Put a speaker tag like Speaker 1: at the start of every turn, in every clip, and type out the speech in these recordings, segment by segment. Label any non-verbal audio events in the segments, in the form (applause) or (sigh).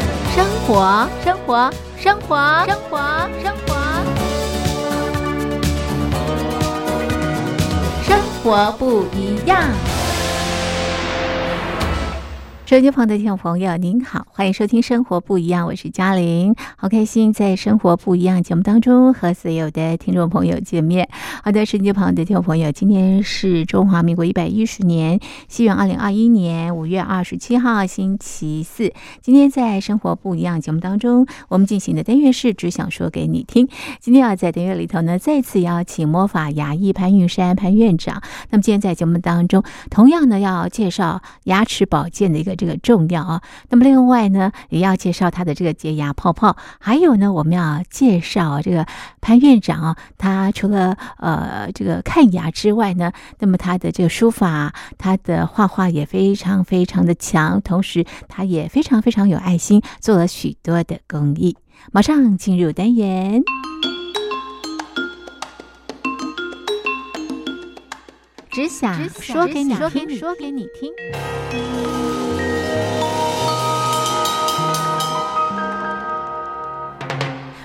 Speaker 1: 活，生活，生活，生活，生活，生活不一样。收音旁的听众朋友，您好，欢迎收听《生活不一样》，我是嘉玲，好开心在《生活不一样》节目当中和所有的听众朋友见面。好的，收音旁的听众朋友，今天是中华民国一百一十年，西元二零二一年五月二十七号，星期四。今天在《生活不一样》节目当中，我们进行的单元是“只想说给你听”。今天啊，在单元里头呢，再次邀请魔法牙医潘玉山潘院长。那么今天在节目当中，同样呢要介绍牙齿保健的一个这个重要啊。那么另外呢，也要介绍他的这个洁牙泡泡，还有呢，我们要介绍这个潘院长啊，他除了呃这个看牙之外呢，那么他的这个书法、他的画画也非常非常的强，同时他也非常非常有爱心，做了许多的公益。马上进入单元。只想说给你听，说给你听。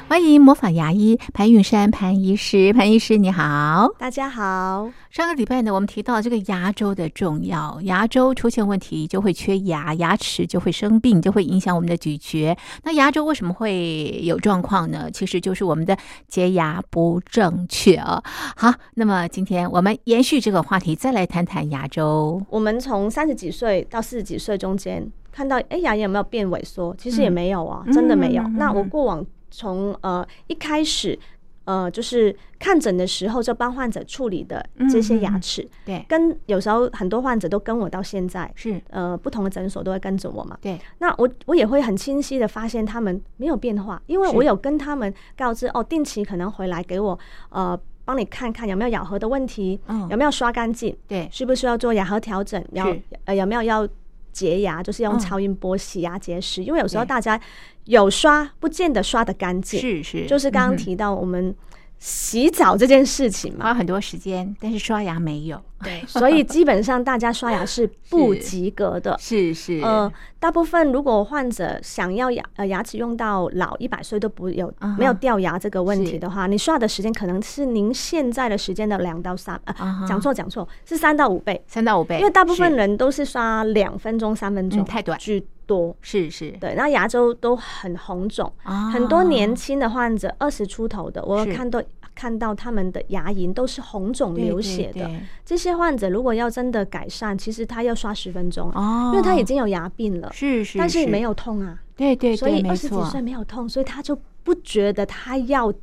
Speaker 1: 欢迎魔法牙医潘玉山潘医师，潘医师你好。
Speaker 2: 大家好，
Speaker 1: 上个礼拜呢，我们提到这个牙周的重要，牙周出现问题就会缺牙，牙齿就会生病，就会影响我们的咀嚼。那牙周为什么会有状况呢？其实就是我们的洁牙不正确啊。好，那么今天我们延续这个话题，再来谈谈牙周。
Speaker 2: 我们从三十几岁到四十几岁中间看到，哎、牙龈有没有变萎缩？其实也没有啊，
Speaker 1: 嗯
Speaker 2: 真的没有。
Speaker 1: 嗯嗯嗯
Speaker 2: 那我
Speaker 1: 嗯
Speaker 2: 过往从呃一开始。呃，就是看诊的时候就帮患者处理的这些
Speaker 1: 嗯嗯
Speaker 2: 牙
Speaker 1: 嗯
Speaker 2: 齿，
Speaker 1: 对，
Speaker 2: 跟有时候很多患者都跟我到现在，
Speaker 1: 是，
Speaker 2: 呃，不同的诊所都会跟着我嘛。
Speaker 1: 对，
Speaker 2: 那我我也会很清晰的发现他们没有变化，因为
Speaker 1: 是
Speaker 2: 我有跟他们告知哦，定期可能回来给我呃帮你看看有没有咬合的问题，
Speaker 1: 嗯
Speaker 2: 有没有刷干净，
Speaker 1: 对，
Speaker 2: 需不需要做牙颌调整，要呃有没有要洁牙，就是用
Speaker 1: 嗯
Speaker 2: 超音波洗牙结石，因为有时候
Speaker 1: 对
Speaker 2: 大家有刷，不见得刷的干净，
Speaker 1: 是是，
Speaker 2: 就是刚
Speaker 1: 嗯
Speaker 2: 刚
Speaker 1: 哼
Speaker 2: 提到我们洗澡这件事情嘛，
Speaker 1: 花很多时间，但是刷牙没有。
Speaker 2: 对， (laughs) 所以基本上大家刷牙是不及格的。
Speaker 1: (laughs) 是是，
Speaker 2: 呃，大部分如果患者想要牙呃牙齿用到老一百岁都不有、
Speaker 1: 啊哈
Speaker 2: 没有掉牙这个问
Speaker 1: 是
Speaker 2: 题的话，你刷的时间可能是您现在的时间的两到三呃
Speaker 1: 啊哈
Speaker 2: 讲错讲错是三到五倍，
Speaker 1: 三到五倍，
Speaker 2: 因为大部分
Speaker 1: 是
Speaker 2: 人都是刷两分钟三分钟、
Speaker 1: 嗯太短
Speaker 2: 居多，
Speaker 1: 是是
Speaker 2: 对，那牙周都很红肿，
Speaker 1: 啊
Speaker 2: 很多年轻的患者二十出头的，我
Speaker 1: 是
Speaker 2: 有看到看到他们的牙龈都是红肿
Speaker 1: 对
Speaker 2: 流
Speaker 1: 对
Speaker 2: 血的。
Speaker 1: 对
Speaker 2: 这些患者如果要真的改善，其实他要刷十分钟，啊
Speaker 1: 哦，
Speaker 2: 因为他已经有牙病了，
Speaker 1: 是是，
Speaker 2: 但是没
Speaker 1: 有
Speaker 2: 有痛啊，
Speaker 1: 对对
Speaker 2: 所
Speaker 1: 对，
Speaker 2: 以
Speaker 1: 没
Speaker 2: 二十几
Speaker 1: 错
Speaker 2: 岁没有痛，所以他就不觉得他要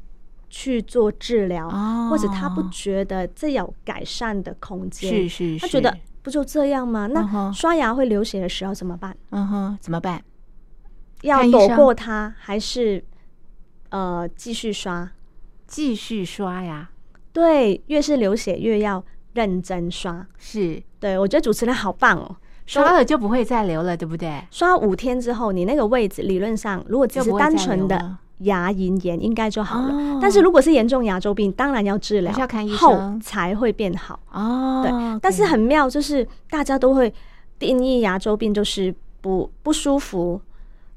Speaker 2: 去做治疗，
Speaker 1: 哦，
Speaker 2: 或者他不觉得这有改善的空
Speaker 1: 是
Speaker 2: 间，
Speaker 1: 是，
Speaker 2: 他
Speaker 1: 是
Speaker 2: 觉得不就这样吗？
Speaker 1: 嗯
Speaker 2: 那
Speaker 1: 哼
Speaker 2: 刷牙会流血的时候怎么办？
Speaker 1: 嗯哼怎么办？
Speaker 2: 要
Speaker 1: 看医
Speaker 2: 躲
Speaker 1: 生
Speaker 2: 过它，还是呃继续刷？
Speaker 1: 继续刷呀，
Speaker 2: 对，越是流血越要认真刷。
Speaker 1: 是
Speaker 2: 对我觉得主持人好棒哦。
Speaker 1: 刷了就不会再流了，对不对？
Speaker 2: 刷五天之后，你那个位置理论上，如果只
Speaker 1: 就是不会
Speaker 2: 单
Speaker 1: 再
Speaker 2: 纯
Speaker 1: 流
Speaker 2: 的
Speaker 1: 了
Speaker 2: 牙龈炎，应该就好了。
Speaker 1: 哦
Speaker 2: 但是如果是严重牙周病，当然要治疗，
Speaker 1: 还是要看医生
Speaker 2: 后才会变好。
Speaker 1: 哦，
Speaker 2: 对
Speaker 1: OK，
Speaker 2: 但是很妙，就是大家都会定义牙周病就是不不舒服，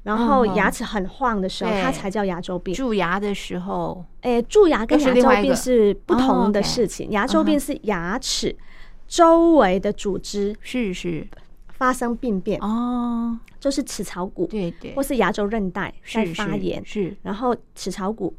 Speaker 2: 然后
Speaker 1: 嗯
Speaker 2: 牙齿很晃的时候，
Speaker 1: 对
Speaker 2: 它才叫牙周病。
Speaker 1: 蛀牙的时候
Speaker 2: 诶，蛀牙跟
Speaker 1: 又是
Speaker 2: 牙
Speaker 1: 另外
Speaker 2: 周
Speaker 1: 一
Speaker 2: 病
Speaker 1: 个
Speaker 2: 是不
Speaker 1: 哦
Speaker 2: 同
Speaker 1: ，OK
Speaker 2: 的事情。牙
Speaker 1: 嗯
Speaker 2: 周
Speaker 1: 哼
Speaker 2: 病是牙齿周围的组织
Speaker 1: 是是
Speaker 2: 发生病变，
Speaker 1: 哦，
Speaker 2: 就是齿槽骨
Speaker 1: 对对
Speaker 2: 或，是牙周韧带在
Speaker 1: 是
Speaker 2: 发
Speaker 1: 是
Speaker 2: 炎，
Speaker 1: 是
Speaker 2: 然后齿槽骨。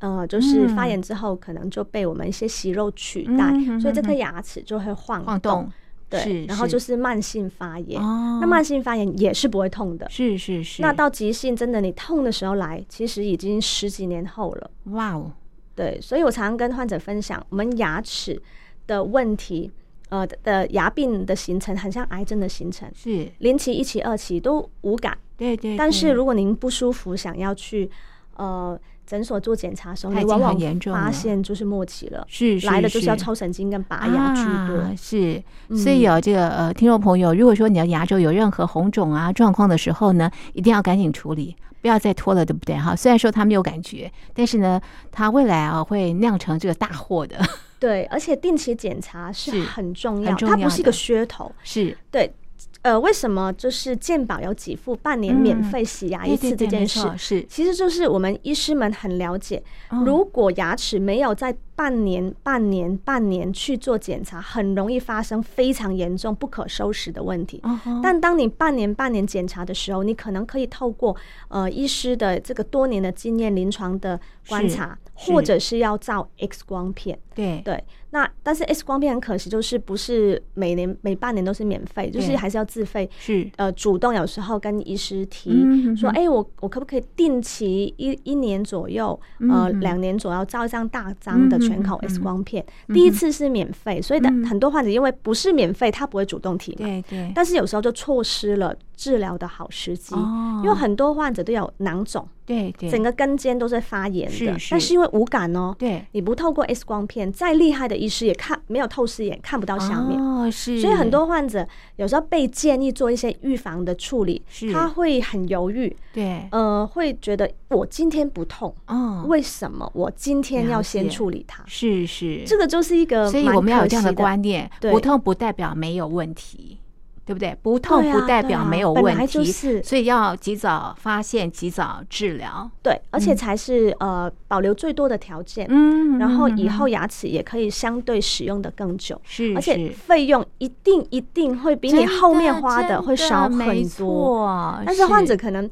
Speaker 2: 呃，就是发
Speaker 1: 嗯
Speaker 2: 炎之后，可能就被我们一些息肉取
Speaker 1: 嗯
Speaker 2: 代，
Speaker 1: 哼
Speaker 2: 所以这颗
Speaker 1: 哼
Speaker 2: 牙齿就会晃
Speaker 1: 晃动，
Speaker 2: 对
Speaker 1: 是，
Speaker 2: 然后就是是慢性发炎。
Speaker 1: 哦，
Speaker 2: 那慢性发炎也是不会痛的。
Speaker 1: 是是是，
Speaker 2: 那到急性，真的你痛的时候来，其实已经十几年后了。
Speaker 1: 哇哦，
Speaker 2: 对，所以我常常跟患者分享，我们牙齿的问题，呃的的牙病的形成，很像癌症的形成，
Speaker 1: 是
Speaker 2: 零期、一期、二期都无感。
Speaker 1: 对对，
Speaker 2: 但是
Speaker 1: 对
Speaker 2: 如果您不舒服，想要去呃诊所做检查的时候，
Speaker 1: 它已
Speaker 2: 你
Speaker 1: 经
Speaker 2: 往往
Speaker 1: 很严重了
Speaker 2: 发现就是末期了，
Speaker 1: 是
Speaker 2: 来的就是要
Speaker 1: 是
Speaker 2: 抽神经跟拔牙居多。
Speaker 1: 啊、是，所以有这个呃，听众朋友，如果说你的牙周有任何红肿啊状况的时候呢，一定要赶紧处理，不要再拖了，对不对哈？虽然说他没有感觉，但是呢，他未来啊会酿成这个大祸的。
Speaker 2: 对，而且定期检查是
Speaker 1: 是
Speaker 2: 很重
Speaker 1: 很
Speaker 2: 要，
Speaker 1: 重
Speaker 2: 它不
Speaker 1: 要
Speaker 2: 是一个
Speaker 1: 的 (laughs)
Speaker 2: 噱头。
Speaker 1: (laughs) 是
Speaker 2: 对，呃，为什么就是健保有给付半年免费洗牙一次这件
Speaker 1: 嗯
Speaker 2: 事，
Speaker 1: 啊对对对没错嗯是
Speaker 2: 其实就是我们医师们很了解，如果牙齿没有在半年、半年、半年去做检查，很容易发生非常严重、不可收拾的问题。
Speaker 1: 哦哦
Speaker 2: 但当你半年半年检查的时候，你可能可以透过呃医师的这个多年的经验、临床的观察，
Speaker 1: 是
Speaker 2: 或者是要照 X 光片。
Speaker 1: 对
Speaker 2: 对，那但是 X 光片很可惜，就是不是每年每半年都是免费，就是
Speaker 1: 对
Speaker 2: 还是要自费。
Speaker 1: 是
Speaker 2: 呃，主动有时候跟医师提、
Speaker 1: 嗯哼
Speaker 2: 说，
Speaker 1: 哼
Speaker 2: 哎、我我可不可以定期一一年左右，呃，
Speaker 1: 嗯
Speaker 2: 两年左右照一张大张的全口
Speaker 1: 嗯哼
Speaker 2: X
Speaker 1: 哼
Speaker 2: 光片？第一次是免费，所以的
Speaker 1: 嗯
Speaker 2: 很多患者因为不是免费，他不会主动提嘛，
Speaker 1: 对对，
Speaker 2: 但是有时候就错失了治疗的好时机，
Speaker 1: 哦
Speaker 2: 因为很多患者都有囊肿，
Speaker 1: 对对
Speaker 2: 整个根尖都是发炎的，
Speaker 1: 是
Speaker 2: 但
Speaker 1: 是
Speaker 2: 是因为无感哦，
Speaker 1: 对
Speaker 2: 你不透过 X 光片，再厉害的医师也看没有透视眼，看不到下面。
Speaker 1: 哦是，
Speaker 2: 所以很多患者有时候被建议做一些预防的处理
Speaker 1: 是，
Speaker 2: 他会很犹豫，
Speaker 1: 对
Speaker 2: 呃，会觉得我今天不痛，
Speaker 1: 哦
Speaker 2: 为什么我今天要
Speaker 1: 了
Speaker 2: 先
Speaker 1: 解
Speaker 2: 处理它？
Speaker 1: 是是
Speaker 2: 这个就是一个，
Speaker 1: 所以我们要有这样的，观念，
Speaker 2: 对
Speaker 1: 不痛不代表没有问题，对不对？不痛
Speaker 2: 对啊
Speaker 1: 不代表没有问
Speaker 2: 对啊本来
Speaker 1: 题，
Speaker 2: 就是
Speaker 1: 所以要及早发现，及早治疗。
Speaker 2: 对，而且才是呃保留最多的条件，
Speaker 1: 嗯
Speaker 2: 然后以
Speaker 1: 嗯
Speaker 2: 后牙齿也可以相对使用的更久，
Speaker 1: 是，
Speaker 2: 而且
Speaker 1: 嗯是
Speaker 2: 费用一定一定会比你
Speaker 1: 真
Speaker 2: 后面花
Speaker 1: 真的
Speaker 2: 的会少
Speaker 1: 没
Speaker 2: 很多，
Speaker 1: 错
Speaker 2: 但是患者可能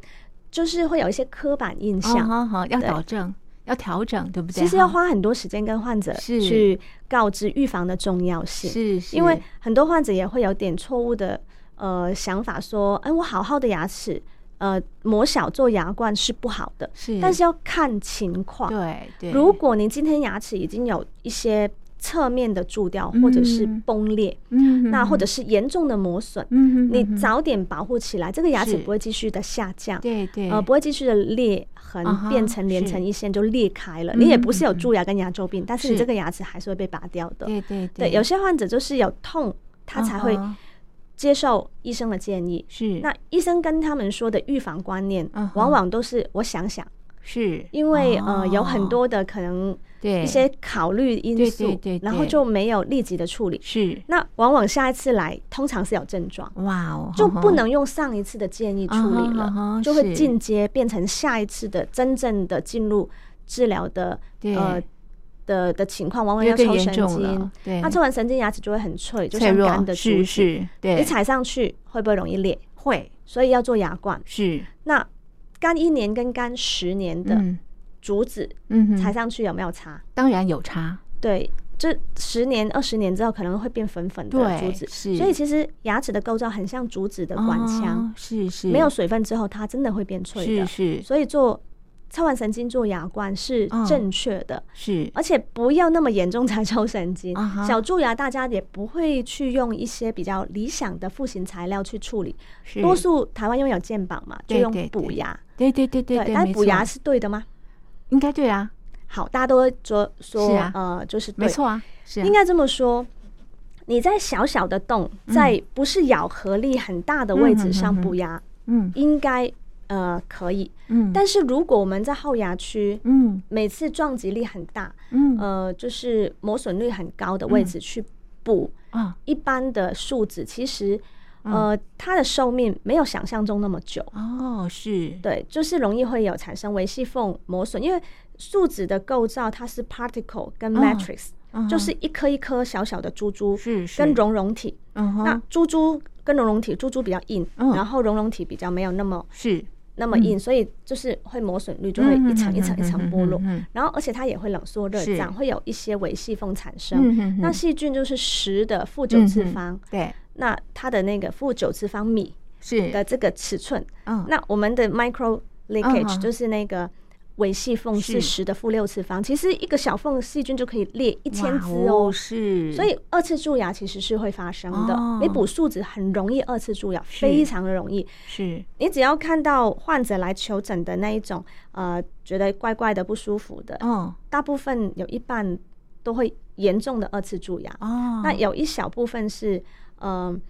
Speaker 2: 就是会有一些刻板印
Speaker 1: 哦
Speaker 2: 象，
Speaker 1: 好好要
Speaker 2: 对
Speaker 1: 导正，要调整，对不对？
Speaker 2: 其实要
Speaker 1: 哈
Speaker 2: 花很多时间跟患者
Speaker 1: 是
Speaker 2: 去告知预防的重要性，
Speaker 1: 是，是
Speaker 2: 因为很多患者也会有点错误的呃想法，说，哎，我好好的牙齿，呃，磨小做牙冠是不好的，
Speaker 1: 是，
Speaker 2: 但是要看情况。
Speaker 1: 对对，
Speaker 2: 如果你今天牙齿已经有一些侧面的蛀掉，或者是
Speaker 1: 嗯
Speaker 2: 崩裂，
Speaker 1: 嗯
Speaker 2: 那或
Speaker 1: 者
Speaker 2: 者是严重的磨损，
Speaker 1: 嗯，
Speaker 2: 你
Speaker 1: 嗯嗯
Speaker 2: 早点保护起来，这个牙齿
Speaker 1: 是
Speaker 2: 不会继续的下降。
Speaker 1: 对对
Speaker 2: 呃，不会继续的裂痕
Speaker 1: 啊哈
Speaker 2: 变成连
Speaker 1: 是
Speaker 2: 成一线就裂开了。你也不是有
Speaker 1: 嗯嗯嗯
Speaker 2: 蛀牙跟牙周病，但是你
Speaker 1: 是
Speaker 2: 这个牙齿还是会被拔掉的。
Speaker 1: 对对
Speaker 2: 对，有些患者就是有痛，他才会
Speaker 1: 啊哈
Speaker 2: 接受医生的建议。
Speaker 1: 是
Speaker 2: 那医生跟他们说的预防观念
Speaker 1: 啊哈，
Speaker 2: 往往都是我想想，
Speaker 1: 是，
Speaker 2: 因为呃有
Speaker 1: 哦
Speaker 2: 很多的可能
Speaker 1: 对
Speaker 2: 一些考虑因
Speaker 1: 对
Speaker 2: 素
Speaker 1: 对对，
Speaker 2: 然后
Speaker 1: 对
Speaker 2: 就没有立即的处理。
Speaker 1: 是
Speaker 2: 那往往下一次来，通常是有症状。
Speaker 1: 哇哦，
Speaker 2: 就
Speaker 1: 哈
Speaker 2: 不
Speaker 1: 哈
Speaker 2: 能用上一次的建议处
Speaker 1: 啊
Speaker 2: 理
Speaker 1: 哈啊哈
Speaker 2: 了，就会
Speaker 1: 是
Speaker 2: 进阶变成下一次的真正的进入治疗的
Speaker 1: 对
Speaker 2: 呃的的情况，往往
Speaker 1: 因为
Speaker 2: 要
Speaker 1: 更
Speaker 2: 抽
Speaker 1: 严
Speaker 2: 神
Speaker 1: 重了
Speaker 2: 经，
Speaker 1: 对
Speaker 2: 那抽完神经牙齿就会很脆，就
Speaker 1: 脆
Speaker 2: 像
Speaker 1: 弱
Speaker 2: 干的竹
Speaker 1: 是
Speaker 2: 子，
Speaker 1: 是，对，
Speaker 2: 你踩上去会不会容易裂？
Speaker 1: 会
Speaker 2: 所以要做牙冠。
Speaker 1: 是
Speaker 2: 那干一年跟干十年的
Speaker 1: 嗯
Speaker 2: 竹子
Speaker 1: 嗯哼，
Speaker 2: 踩上去有没有差？
Speaker 1: 当然有差，
Speaker 2: 对，这十年、二十年之后可能会变粉粉的
Speaker 1: 对
Speaker 2: 竹子，
Speaker 1: 是，
Speaker 2: 所以其实牙齿的构造很像竹子的管腔。
Speaker 1: 哦是是
Speaker 2: 没有水分之后，它真的会变脆
Speaker 1: 是
Speaker 2: 的。
Speaker 1: 是
Speaker 2: 所以做抽完神经做牙冠是
Speaker 1: 嗯
Speaker 2: 正确的，
Speaker 1: 是
Speaker 2: 而且不要那么严重才抽神经。
Speaker 1: 啊哈
Speaker 2: 小蛀牙大家也不会去用一些比较理想的复形材料去处理，
Speaker 1: 是
Speaker 2: 多数台湾因为有健保嘛，就
Speaker 1: 对对
Speaker 2: 用补牙。
Speaker 1: 对对对对对，
Speaker 2: 但
Speaker 1: 没
Speaker 2: 补牙
Speaker 1: 错啊
Speaker 2: 是对的吗？
Speaker 1: 应该对啊，
Speaker 2: 好，大家都会说说
Speaker 1: 是啊
Speaker 2: 呃，就是对
Speaker 1: 没错啊，是啊
Speaker 2: 应该这么说。你在小小的洞，在不是咬合力很大的位置上
Speaker 1: 嗯嗯哼哼
Speaker 2: 补牙，
Speaker 1: 嗯
Speaker 2: 应该呃可以，
Speaker 1: 嗯，
Speaker 2: 但是如果我们在后牙区，
Speaker 1: 嗯
Speaker 2: 每次撞击力很大，
Speaker 1: 嗯
Speaker 2: 呃，就是磨损率很高的位置去补
Speaker 1: 啊
Speaker 2: 一般的树脂，其实
Speaker 1: 嗯
Speaker 2: 呃，它的寿命没有想象中那么久。
Speaker 1: 哦是
Speaker 2: 对，就是容易会有产生维系缝磨损，因为树脂的构造它是 particle 跟
Speaker 1: 哦
Speaker 2: matrix，、
Speaker 1: 嗯
Speaker 2: 就是一颗一颗小小的珠珠
Speaker 1: 是是
Speaker 2: 跟熔融体。
Speaker 1: 嗯
Speaker 2: 那
Speaker 1: 哼
Speaker 2: 珠珠跟熔融体，珠珠比较硬，
Speaker 1: 嗯
Speaker 2: 然后熔融体比较没有那么
Speaker 1: 是
Speaker 2: 那
Speaker 1: 嗯
Speaker 2: 么硬，所以就是会磨损率就会一层一层一层剥落。
Speaker 1: 嗯
Speaker 2: 然后，而且它也会冷缩热胀，会有一些微细缝产生。
Speaker 1: 嗯嗯
Speaker 2: 那细菌就是十的负九次方，
Speaker 1: 对
Speaker 2: 那它的那个负九次方米
Speaker 1: 是
Speaker 2: 的这个尺寸，
Speaker 1: 嗯
Speaker 2: 那我们的 micro
Speaker 1: 嗯
Speaker 2: leakage 就是那个微细缝
Speaker 1: 是
Speaker 2: 是十的负六次方，其实一个小缝细菌就可以裂一千
Speaker 1: 哇
Speaker 2: 只哦。
Speaker 1: 是
Speaker 2: 所以二次蛀牙其实是会发生
Speaker 1: 哦
Speaker 2: 的，你补树脂很容易二次蛀牙，
Speaker 1: 是
Speaker 2: 非常的容易。
Speaker 1: 是
Speaker 2: 你只要看到患者来求诊的那一种，呃，觉得怪怪的、不舒服的，
Speaker 1: 嗯
Speaker 2: 大部分有一半都会严重的二次蛀牙，
Speaker 1: 哦
Speaker 2: 那有一小部分是，嗯、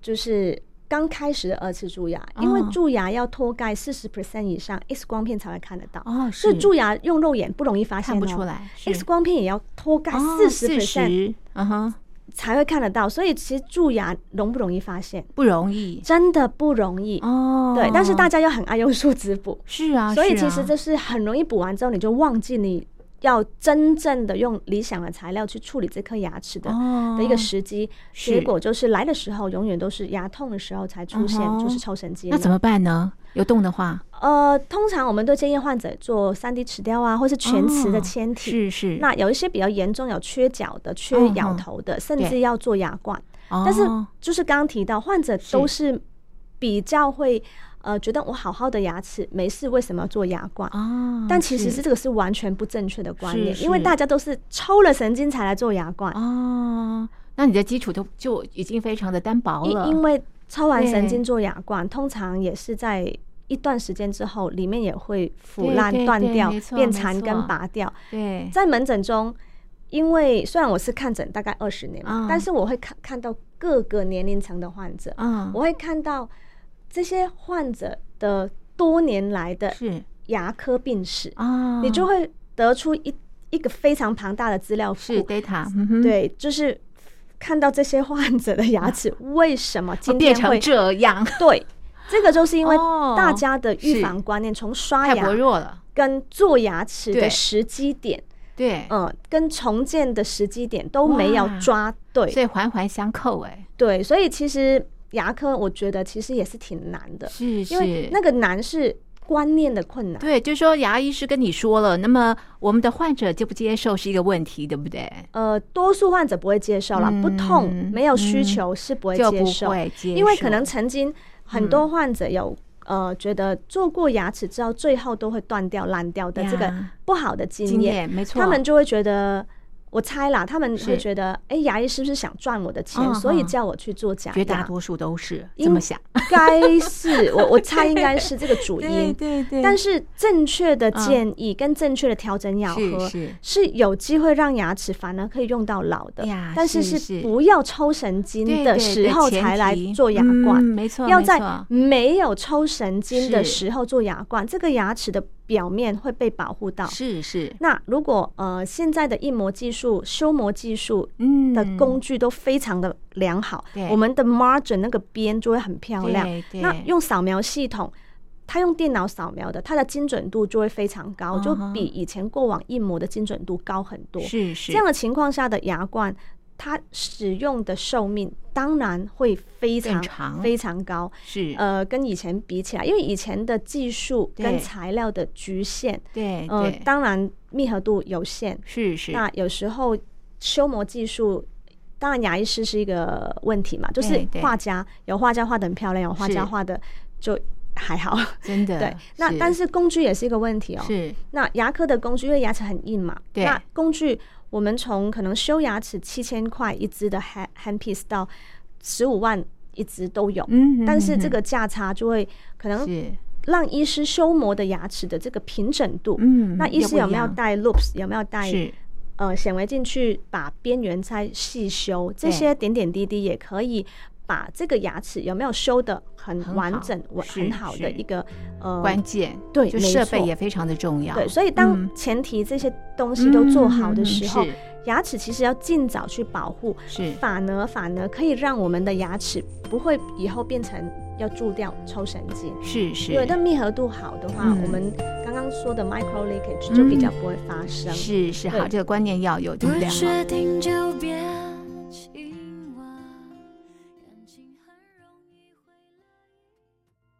Speaker 2: 就是刚开始的二次蛀牙，因为
Speaker 1: 哦
Speaker 2: 蛀牙要脱盖四十 percent 以上，X 光片才会看得到。
Speaker 1: 哦
Speaker 2: 是蛀牙用肉眼不容易发现、
Speaker 1: 看
Speaker 2: 哦，
Speaker 1: 不出来是
Speaker 2: X 光片也要脱盖
Speaker 1: 哦
Speaker 2: 四十 percent
Speaker 1: 40%嗯哼
Speaker 2: 才会看得到。所以其实蛀牙容不容易发现，
Speaker 1: 不容易
Speaker 2: 真的不容易。
Speaker 1: 哦。
Speaker 2: 对，但是大家又很爱用树脂补，
Speaker 1: 是啊，
Speaker 2: 所以
Speaker 1: 是
Speaker 2: 其
Speaker 1: 啊
Speaker 2: 实就是很容易补完之后，你就忘记你要真正的用理想的材料去处理这颗牙齿的、
Speaker 1: 哦
Speaker 2: 的一个时机。
Speaker 1: 是
Speaker 2: 结果就是来的时候，永远都是牙痛的时候才出现，
Speaker 1: 嗯哼
Speaker 2: 就是抽神经。
Speaker 1: 那怎么办呢？有洞的话，
Speaker 2: 呃，通常我们都建议患者做三 D 齿雕啊，或是全瓷的
Speaker 1: 哦
Speaker 2: 嵌体。
Speaker 1: 是是，
Speaker 2: 那有一些比较严重，有缺角的、缺
Speaker 1: 嗯
Speaker 2: 咬
Speaker 1: 哼
Speaker 2: 头的，甚
Speaker 1: 对
Speaker 2: 至要做牙冠。
Speaker 1: 哦
Speaker 2: 但是就是刚刚提到，患者都是比较会呃觉得我好好的牙齿没事，为什么要做牙冠？
Speaker 1: 哦，
Speaker 2: 但其实是这个是完全不正确的观念，
Speaker 1: 是
Speaker 2: 因为
Speaker 1: 是
Speaker 2: 大家都是抽了神经才来做牙冠，
Speaker 1: 哦，那你的基础都就已经非常的单薄
Speaker 2: 因
Speaker 1: 了，
Speaker 2: 因为抽完神
Speaker 1: 对
Speaker 2: 经做牙冠，通常也是在。一段时间之后，里面也会腐
Speaker 1: 对
Speaker 2: 烂
Speaker 1: 对、
Speaker 2: 断
Speaker 1: 对
Speaker 2: 掉
Speaker 1: 没、错
Speaker 2: 变
Speaker 1: 没
Speaker 2: 残
Speaker 1: 错
Speaker 2: 根、拔掉。
Speaker 1: 对
Speaker 2: 在门诊中，因为虽然我是看诊大概二十年嘛，
Speaker 1: 嗯
Speaker 2: 但是我会看看到各个年龄层的患者，
Speaker 1: 嗯
Speaker 2: 我会看到这些患者的多年来的
Speaker 1: 是
Speaker 2: 牙科病史，
Speaker 1: 啊，
Speaker 2: 你就会得出一一个非常庞大的资料
Speaker 1: 是
Speaker 2: 库。
Speaker 1: data，嗯哼，
Speaker 2: 对，就是看到这些 (laughs) 患者的
Speaker 1: (laughs)
Speaker 2: 牙齿为什么
Speaker 1: 哦，
Speaker 2: 今
Speaker 1: 变
Speaker 2: 天
Speaker 1: 成
Speaker 2: 会
Speaker 1: 这样，
Speaker 2: (laughs) 对，这个就是因为
Speaker 1: 哦
Speaker 2: 大家的预
Speaker 1: 是
Speaker 2: 防观念从刷
Speaker 1: 太薄
Speaker 2: 牙
Speaker 1: 弱了，
Speaker 2: 跟做牙齿
Speaker 1: 对
Speaker 2: 的时机点，
Speaker 1: 对，
Speaker 2: 嗯，跟重建的时机点都没有
Speaker 1: 哇
Speaker 2: 抓对，
Speaker 1: 所以环环相扣，哎，
Speaker 2: 对，所以其实牙科我觉得其实也是挺难的，
Speaker 1: 是是，
Speaker 2: 因为那个难是观念的困难。
Speaker 1: 对，就是说牙医师跟你说了，那么我们的患者接不接受是一个问题，对不对？
Speaker 2: 呃，多数患者不会接受了，不痛
Speaker 1: 嗯
Speaker 2: 没有需
Speaker 1: 嗯
Speaker 2: 求是不会
Speaker 1: 就
Speaker 2: 接
Speaker 1: 不
Speaker 2: 受，
Speaker 1: 会接受，嗯
Speaker 2: 因为可能曾经很多患者有、呃觉得做过牙齿之后最后都会断掉烂掉的这个
Speaker 1: 呀
Speaker 2: 不好的经
Speaker 1: 经
Speaker 2: 验，
Speaker 1: 验没错，
Speaker 2: 他们就会觉得。我猜啦，他们会
Speaker 1: 是
Speaker 2: 觉得，哎，牙医是不是想赚我的钱，
Speaker 1: 嗯
Speaker 2: 所以
Speaker 1: 嗯
Speaker 2: 叫我去做假
Speaker 1: 绝大
Speaker 2: 牙？
Speaker 1: 多数都是
Speaker 2: 因
Speaker 1: 这么想，
Speaker 2: 该是
Speaker 1: (laughs)
Speaker 2: 我，我猜应该是这个主因。
Speaker 1: 对对
Speaker 2: 但
Speaker 1: 是
Speaker 2: 是正确的
Speaker 1: 嗯
Speaker 2: 建议跟正确的调整咬合
Speaker 1: 是是
Speaker 2: 是有机会让牙齿反而可以用到老的
Speaker 1: 哎呀，
Speaker 2: 但是
Speaker 1: 啊是
Speaker 2: 是
Speaker 1: 是
Speaker 2: 不要抽神经
Speaker 1: 对
Speaker 2: 的
Speaker 1: 对
Speaker 2: 时
Speaker 1: 对
Speaker 2: 候
Speaker 1: 前
Speaker 2: 才来
Speaker 1: 提
Speaker 2: 做牙
Speaker 1: 嗯
Speaker 2: 冠，
Speaker 1: 没错，
Speaker 2: 要
Speaker 1: 没
Speaker 2: 在
Speaker 1: 错
Speaker 2: 没有抽神经的
Speaker 1: 是
Speaker 2: 时候做牙冠，这个牙齿的表面会被保护到。
Speaker 1: 是是
Speaker 2: 那如果呃现在的印模技术、修模技术
Speaker 1: 嗯
Speaker 2: 的工具都非常的良好，
Speaker 1: 对
Speaker 2: 我们的 margin 那个边就会很漂亮。
Speaker 1: 对对
Speaker 2: 那用扫描系统，它用电脑扫描的，它的精准度就会非常高，就
Speaker 1: 嗯哼
Speaker 2: 比以前过往印模的精准度高很多。
Speaker 1: 是是
Speaker 2: 这样的情况下的牙冠，它使用的寿命当然会非常
Speaker 1: 更长
Speaker 2: 非常高。
Speaker 1: 是
Speaker 2: 呃，跟以前比起来，因为以前的技术
Speaker 1: 对
Speaker 2: 跟材料的局限，
Speaker 1: 对
Speaker 2: 呃，
Speaker 1: 哎对
Speaker 2: 当然密合度有限，
Speaker 1: 是是
Speaker 2: 那有时候修模技术，当然牙医师是一个问题嘛，就是
Speaker 1: 对对
Speaker 2: 画家有画家画的很漂亮，有画家
Speaker 1: 是
Speaker 2: 画的就
Speaker 1: (laughs)
Speaker 2: 还好。
Speaker 1: 真的
Speaker 2: 对，那但是工具也是一个问题哦。
Speaker 1: 是
Speaker 2: 那牙科的工具，因为牙齿很硬嘛，
Speaker 1: 对
Speaker 2: 那工具我们从可能修牙齿七千块一支的 hand hand piece 到十五万一支都有。
Speaker 1: 嗯
Speaker 2: 但是这
Speaker 1: 嗯
Speaker 2: 个价差就会可
Speaker 1: 嗯
Speaker 2: 能
Speaker 1: 是
Speaker 2: 让医师修磨的牙齿的这个平整度，
Speaker 1: 嗯
Speaker 2: 那医
Speaker 1: 又
Speaker 2: 师
Speaker 1: 不
Speaker 2: 有
Speaker 1: 一
Speaker 2: 没有
Speaker 1: 样
Speaker 2: 带 loops，有没有带
Speaker 1: 是
Speaker 2: 呃显微镜去把边缘再细修，这
Speaker 1: 对
Speaker 2: 些点点滴滴也可以把这个牙齿有没有修的很
Speaker 1: 很
Speaker 2: 完
Speaker 1: 好
Speaker 2: 整、完
Speaker 1: 是
Speaker 2: 很好的
Speaker 1: 是
Speaker 2: 一个呃
Speaker 1: 关键，
Speaker 2: 对
Speaker 1: 就
Speaker 2: 没
Speaker 1: 设备
Speaker 2: 错
Speaker 1: 也非常的重要，
Speaker 2: 对，所以当
Speaker 1: 嗯
Speaker 2: 前提这些东西都做好的时候，
Speaker 1: 嗯嗯嗯
Speaker 2: 牙齿其实要尽早去保护，
Speaker 1: 是是
Speaker 2: 反而反而可以让我们的牙齿不会以后变成要蛀掉、抽神经。
Speaker 1: 是是，
Speaker 2: 对，但密合度好的话，
Speaker 1: 嗯
Speaker 2: 我们刚刚说的 micro leakage 就比较不会发生。
Speaker 1: 是是好，
Speaker 2: 对
Speaker 1: 这个观念要有
Speaker 3: 不
Speaker 1: 力量啊。
Speaker 3: 确定就别亲吻，感情很容易会累。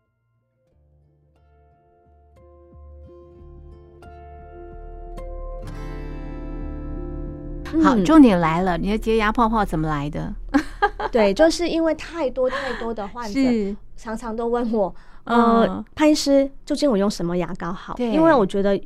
Speaker 1: 好，
Speaker 2: 嗯
Speaker 1: 重点来了，你的洁牙泡泡怎么来的？
Speaker 2: (laughs) 对，就是因为太多太多的患者
Speaker 1: 是
Speaker 2: 常常都问我，
Speaker 1: 嗯
Speaker 2: 呃，潘医师，究竟我用什么牙膏好？
Speaker 1: 对
Speaker 2: 因为我觉得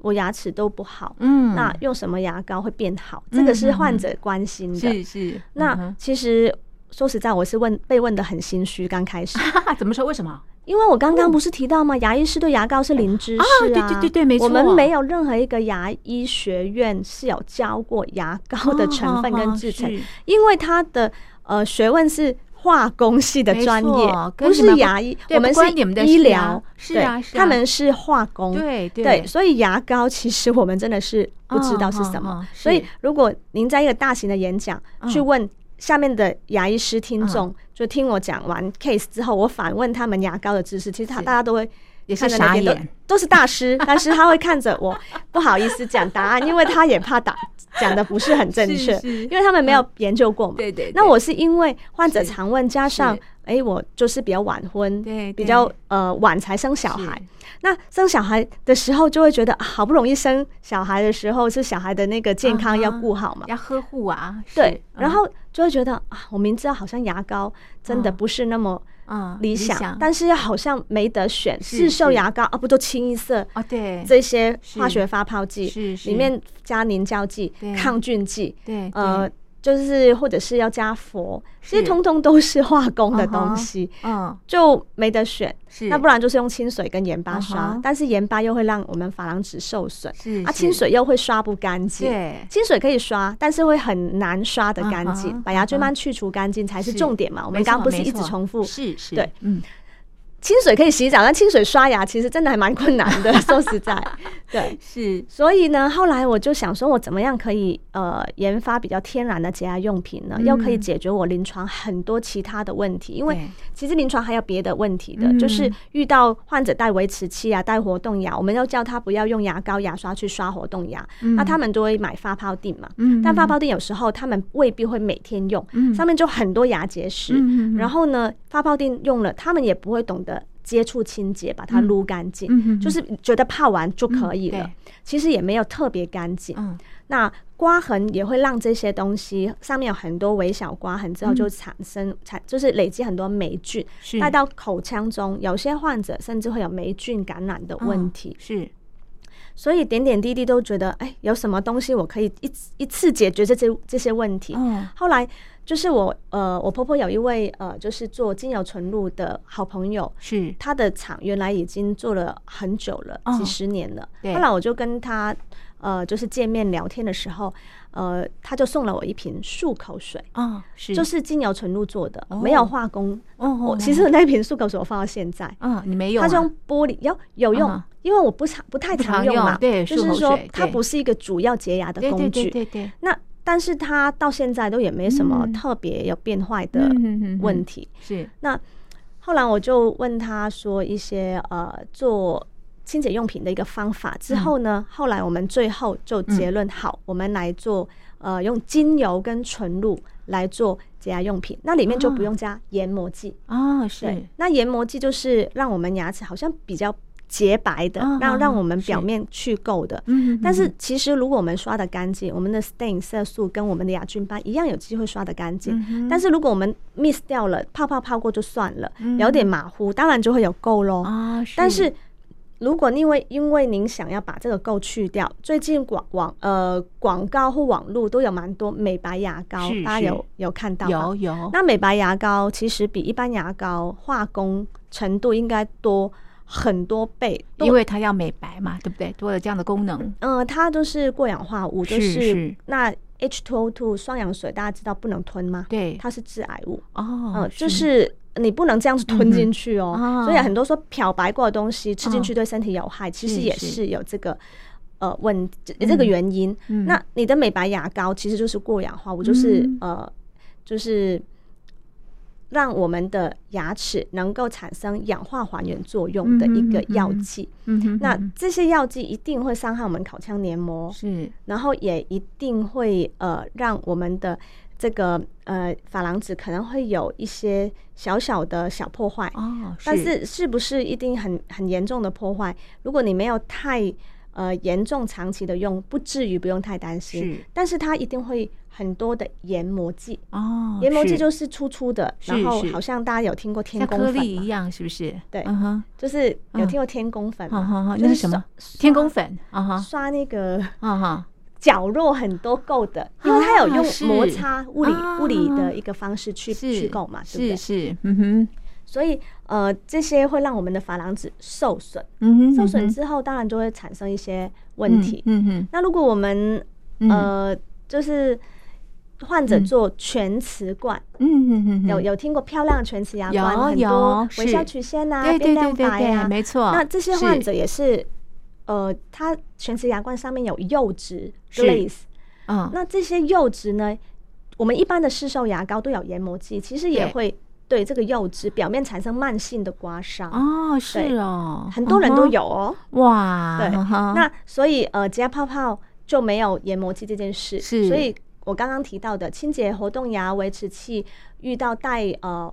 Speaker 2: 我牙齿都不好，
Speaker 1: 嗯，
Speaker 2: 那用什么牙膏会变好？这个是患者关心的。
Speaker 1: 是是嗯
Speaker 2: 那
Speaker 1: 哼
Speaker 2: 其实说实在，我是问被问的很心虚，刚开
Speaker 1: (laughs)
Speaker 2: 始，
Speaker 1: 哈哈，怎么说？为什 (laughs) 么？
Speaker 2: 因为我刚刚不是提到吗？牙医师对牙膏是零知识、啊
Speaker 1: 哦对对对对没错
Speaker 2: 我们没有任何一个牙医学院是有
Speaker 1: 啊
Speaker 2: 教过牙膏的成分跟制成，
Speaker 1: 哦
Speaker 2: 因为它的呃学问是化工系的
Speaker 1: 没
Speaker 2: 专业
Speaker 1: 错，跟
Speaker 2: 不
Speaker 1: 你们
Speaker 2: 是
Speaker 1: 不
Speaker 2: 牙医，
Speaker 1: 对
Speaker 2: 我们
Speaker 1: 不关你们的
Speaker 2: 医
Speaker 1: 事啊
Speaker 2: 疗，
Speaker 1: 是
Speaker 2: 对
Speaker 1: 啊是
Speaker 2: 他
Speaker 1: 啊
Speaker 2: 们是化工，
Speaker 1: 对对
Speaker 2: 对，所以牙膏其实我们真的是不知道是什么。
Speaker 1: 哦哦哦
Speaker 2: 所以
Speaker 1: 是，
Speaker 2: 如果您在一个大型的演讲、
Speaker 1: 嗯
Speaker 2: 去问下面的牙医师听众，就听我讲完 case 之后，我反问他们牙膏的知识，其实他
Speaker 1: 是
Speaker 2: 大家都会。
Speaker 1: 也是
Speaker 2: 看着那边
Speaker 1: 傻
Speaker 2: 都
Speaker 1: 眼
Speaker 2: 都是
Speaker 1: (laughs)
Speaker 2: 大师，但是他会看着我，不好意思讲答案，因为他也怕打讲的不是很正确
Speaker 1: 是，是
Speaker 2: 因为他们没有研究过嘛。
Speaker 1: 对对，
Speaker 2: 那
Speaker 1: 对
Speaker 2: 我是因为患者
Speaker 1: 是
Speaker 2: 常问，加上
Speaker 1: 是
Speaker 2: 哎、我就是比较晚婚，
Speaker 1: 对
Speaker 2: 比
Speaker 1: 对
Speaker 2: 较呃晚才生小
Speaker 1: 是啊
Speaker 2: 孩。那生小孩的时候，就会觉得、啊好不容易生小孩的时候，是小孩的那个健康要
Speaker 1: 啊哈
Speaker 2: 顾好嘛。
Speaker 1: 要呵护啊，是
Speaker 2: 对，
Speaker 1: 嗯
Speaker 2: 然后就会觉得啊，我明知道好像牙膏真的
Speaker 1: 嗯
Speaker 2: 不是那么
Speaker 1: 啊
Speaker 2: 理想，但是又好像没得选，
Speaker 1: 是
Speaker 2: 市售
Speaker 1: 是
Speaker 2: 牙膏啊，不都清一色
Speaker 1: 啊对
Speaker 2: 这些
Speaker 1: 是
Speaker 2: 化学发泡剂
Speaker 1: 是是
Speaker 2: 里面加凝胶剂
Speaker 1: 对、
Speaker 2: 抗菌剂，
Speaker 1: 对
Speaker 2: 呃，就是或者是要加氟，其实
Speaker 1: 是
Speaker 2: 通通都是化工的东西，
Speaker 1: 对嗯
Speaker 2: 就没得选。
Speaker 1: 是
Speaker 2: 那不然就是用清水跟盐巴刷，
Speaker 1: 嗯哼
Speaker 2: 但是盐巴又会让我们珐琅质受损，
Speaker 1: 是
Speaker 2: 啊，清水又会刷不干净。
Speaker 1: 对
Speaker 2: 清水可以刷，但是会很难刷的干净
Speaker 1: 嗯哼嗯
Speaker 2: 把牙菌斑去除干净才是
Speaker 1: 是
Speaker 2: 重点嘛。我们
Speaker 1: 没错
Speaker 2: 刚刚不是
Speaker 1: 没
Speaker 2: 一直
Speaker 1: 错
Speaker 2: 重复，
Speaker 1: 是是
Speaker 2: 对
Speaker 1: 嗯
Speaker 2: 清水可以洗澡，但清水刷牙其实真的还蛮困难
Speaker 1: (laughs)
Speaker 2: 的。说实在，对，
Speaker 1: 是
Speaker 2: 所以呢，后来我就想说，我怎么样可以呃研发比较天然的洁牙用品呢？
Speaker 1: 嗯
Speaker 2: 又可以解决我临床很多其他的问题，因为
Speaker 1: 对
Speaker 2: 其实临床还有别的问题的，
Speaker 1: 嗯
Speaker 2: 就是遇到患者带维持器啊、带活动牙，我们要叫他不要用牙膏、牙刷去刷活动牙，
Speaker 1: 嗯
Speaker 2: 那他们都会买发泡锭嘛。
Speaker 1: 嗯
Speaker 2: 但发泡锭有时候他们未必会每天用，
Speaker 1: 嗯
Speaker 2: 上面就很多牙结石。
Speaker 1: 嗯嗯嗯
Speaker 2: 然后呢，发泡锭用了，他们也不会懂得接触清洁，把它
Speaker 1: 嗯
Speaker 2: 撸干净，
Speaker 1: 嗯嗯嗯
Speaker 2: 就是觉得泡完就可以
Speaker 1: 嗯
Speaker 2: 了。
Speaker 1: 对
Speaker 2: 其实也没有特别干净。
Speaker 1: 嗯
Speaker 2: 那刮痕也会让这些东西上面有很多微小刮痕，之后
Speaker 1: 嗯
Speaker 2: 就产生产、就是累积很多霉菌，
Speaker 1: 是
Speaker 2: 带到口腔中，有些患者甚至会有霉菌感染的问
Speaker 1: 嗯
Speaker 2: 题。
Speaker 1: 是
Speaker 2: 所以点点滴滴都觉得，哎，有什么东西我可以一次一次解决这些这些问题？
Speaker 1: 哦
Speaker 2: 后来就是我呃，我婆婆有一位呃，就是做精油纯露的好朋友，
Speaker 1: 是
Speaker 2: 她的厂原来已经做了很久了，
Speaker 1: 哦
Speaker 2: 几十年了。
Speaker 1: 对
Speaker 2: 后来我就跟她呃，就是见面聊天的时候，呃，她就送了我一瓶漱口水，
Speaker 1: 哦是
Speaker 2: 就是精油纯露做的，
Speaker 1: 哦
Speaker 2: 没有化工。
Speaker 1: 哦哦
Speaker 2: 我
Speaker 1: 哦
Speaker 2: 其实那瓶漱口水我放到现在，
Speaker 1: 嗯你没有
Speaker 2: 它是
Speaker 1: 啊
Speaker 2: 用玻璃，有有用，
Speaker 1: 啊
Speaker 2: 因为我不常不太
Speaker 1: 不常
Speaker 2: 用嘛，
Speaker 1: 用对
Speaker 2: 就
Speaker 1: 漱
Speaker 2: 是
Speaker 1: 口
Speaker 2: 说
Speaker 1: 水
Speaker 2: 它
Speaker 1: 对
Speaker 2: 不是一个主要洁牙的
Speaker 1: 对
Speaker 2: 工具。
Speaker 1: 对对对对
Speaker 2: 那但是它到现在都也没什么
Speaker 1: 嗯
Speaker 2: 特别有变坏的
Speaker 1: 嗯嗯嗯嗯
Speaker 2: 问题。
Speaker 1: 是
Speaker 2: 那后来我就问他说一些呃做清洁用品的一个方法，之后
Speaker 1: 嗯
Speaker 2: 呢，后来我们最后就结论好，我们来做呃用精油跟纯露来做洁牙用品，那里面就不
Speaker 1: 哦
Speaker 2: 用加研磨剂。
Speaker 1: 哦
Speaker 2: 对
Speaker 1: 是，
Speaker 2: 那研磨剂就是让我们牙齿好像比较洁白的，
Speaker 1: 哦
Speaker 2: 让
Speaker 1: 哦
Speaker 2: 让
Speaker 1: 哦
Speaker 2: 我们
Speaker 1: 是
Speaker 2: 表面去垢的。
Speaker 1: 嗯嗯
Speaker 2: 但是
Speaker 1: 嗯
Speaker 2: 其实如果我们刷的干净，我们的 stain 色素跟我们的牙菌斑一样有机会刷的干净。
Speaker 1: 嗯哼
Speaker 2: 但是如果我们 miss 掉了，泡泡泡过就算了，
Speaker 1: 嗯
Speaker 2: 有点马虎，当然就会有垢咯。
Speaker 1: 啊
Speaker 2: 但是如果因为因为您想要把这个垢去掉，最近广网呃广告或网络都有蛮多美白牙膏，
Speaker 1: 是
Speaker 2: 大家
Speaker 1: 是
Speaker 2: 有有看到吧
Speaker 1: 有有
Speaker 2: 那美白牙膏其实比一般牙膏化工程度应该多很多倍，多
Speaker 1: 因为它要美白嘛，对不对？多了这样的功能，
Speaker 2: 嗯，它就是过氧化物，就是
Speaker 1: 是
Speaker 2: 那 H2O2 双氧水，大家知道不能吞吗？
Speaker 1: 对，
Speaker 2: 它是致癌物，
Speaker 1: 哦，
Speaker 2: 嗯，就是你不能这样子吞进去哦。
Speaker 1: 嗯哼
Speaker 2: 所以
Speaker 1: 啊
Speaker 2: 很多说漂白过的东西吃进去
Speaker 1: 啊
Speaker 2: 对身体有害，其实
Speaker 1: 是
Speaker 2: 也
Speaker 1: 是
Speaker 2: 是有这个呃问这
Speaker 1: 嗯
Speaker 2: 这个原因。
Speaker 1: 嗯
Speaker 2: 那你的美白牙膏其实就是过氧化物，就是、
Speaker 1: 嗯
Speaker 2: 呃，就是让我们的牙齿能够产生氧化还原作用的一个
Speaker 1: 嗯哼嗯哼
Speaker 2: 药剂。
Speaker 1: 嗯哼
Speaker 2: 那
Speaker 1: 嗯
Speaker 2: 这些药剂一定会伤害我们口腔黏膜
Speaker 1: 哼，是
Speaker 2: 然后也一定会呃让我们的这个呃珐琅质可能会有一些小小的小破坏，
Speaker 1: 哦，
Speaker 2: 但是是不是一定很很严重的破坏？如果你没有太呃严重长期的用，不至于不用太担心。
Speaker 1: 是
Speaker 2: 但是它一定会很多的研磨剂，
Speaker 1: 哦，
Speaker 2: 研磨剂
Speaker 1: 是
Speaker 2: 就是粗粗的，
Speaker 1: 是
Speaker 2: 然后
Speaker 1: 是
Speaker 2: 好像大家有听过天
Speaker 1: 像
Speaker 2: 宫
Speaker 1: 颗
Speaker 2: 粉
Speaker 1: 粒
Speaker 2: 嘛
Speaker 1: 一，样，是不是？
Speaker 2: 对
Speaker 1: 嗯哼，
Speaker 2: 就是有
Speaker 1: 嗯
Speaker 2: 听过天宫粉
Speaker 1: 好
Speaker 2: 吗？
Speaker 1: 好好，
Speaker 2: 就
Speaker 1: 那是
Speaker 2: 是
Speaker 1: 什么？
Speaker 2: 刷
Speaker 1: 天宫粉啊哈
Speaker 2: 刷那个
Speaker 1: 啊哈，
Speaker 2: 角落很多垢的，因为它有用
Speaker 1: 啊是
Speaker 2: 摩擦物理、
Speaker 1: 啊
Speaker 2: 物理的一个方式去去
Speaker 1: 是
Speaker 2: 垢嘛，对不
Speaker 1: 是
Speaker 2: 对？
Speaker 1: 是，嗯哼，
Speaker 2: 所以呃，这些会让我们的珐琅质受损，
Speaker 1: 嗯哼，
Speaker 2: 受损
Speaker 1: 嗯哼
Speaker 2: 之后当然就会产生一些问题。
Speaker 1: 嗯哼，
Speaker 2: 那如果我们
Speaker 1: 嗯
Speaker 2: 呃，就是患者
Speaker 1: 嗯
Speaker 2: 做全瓷冠，
Speaker 1: 嗯嗯嗯，
Speaker 2: 有
Speaker 1: 嗯
Speaker 2: 有听过漂亮的全瓷牙
Speaker 1: 有
Speaker 2: 冠，很
Speaker 1: 有
Speaker 2: 多
Speaker 1: 是
Speaker 2: 微笑曲线啊，
Speaker 1: 对对对
Speaker 2: 变亮
Speaker 1: 对
Speaker 2: 白
Speaker 1: 对，
Speaker 2: 啊。
Speaker 1: 没错。
Speaker 2: 那这些患
Speaker 1: 是
Speaker 2: 者也是，呃，他全瓷牙冠上面有釉质
Speaker 1: 是
Speaker 2: glaze，
Speaker 1: 嗯，
Speaker 2: 那这些釉质呢，我们一般的市售牙膏都有研磨剂，其实也
Speaker 1: 对
Speaker 2: 会对这个釉质表面产生慢性的刮伤。
Speaker 1: 哦，是
Speaker 2: 对
Speaker 1: 哦，
Speaker 2: 很多人都
Speaker 1: 嗯哼
Speaker 2: 有哦，
Speaker 1: 哇，
Speaker 2: 对
Speaker 1: 嗯哼
Speaker 2: 那所以呃，洁牙泡泡就没有研磨剂这件事，
Speaker 1: 是
Speaker 2: 所以我刚刚提到的清洁活动牙维持器遇到带呃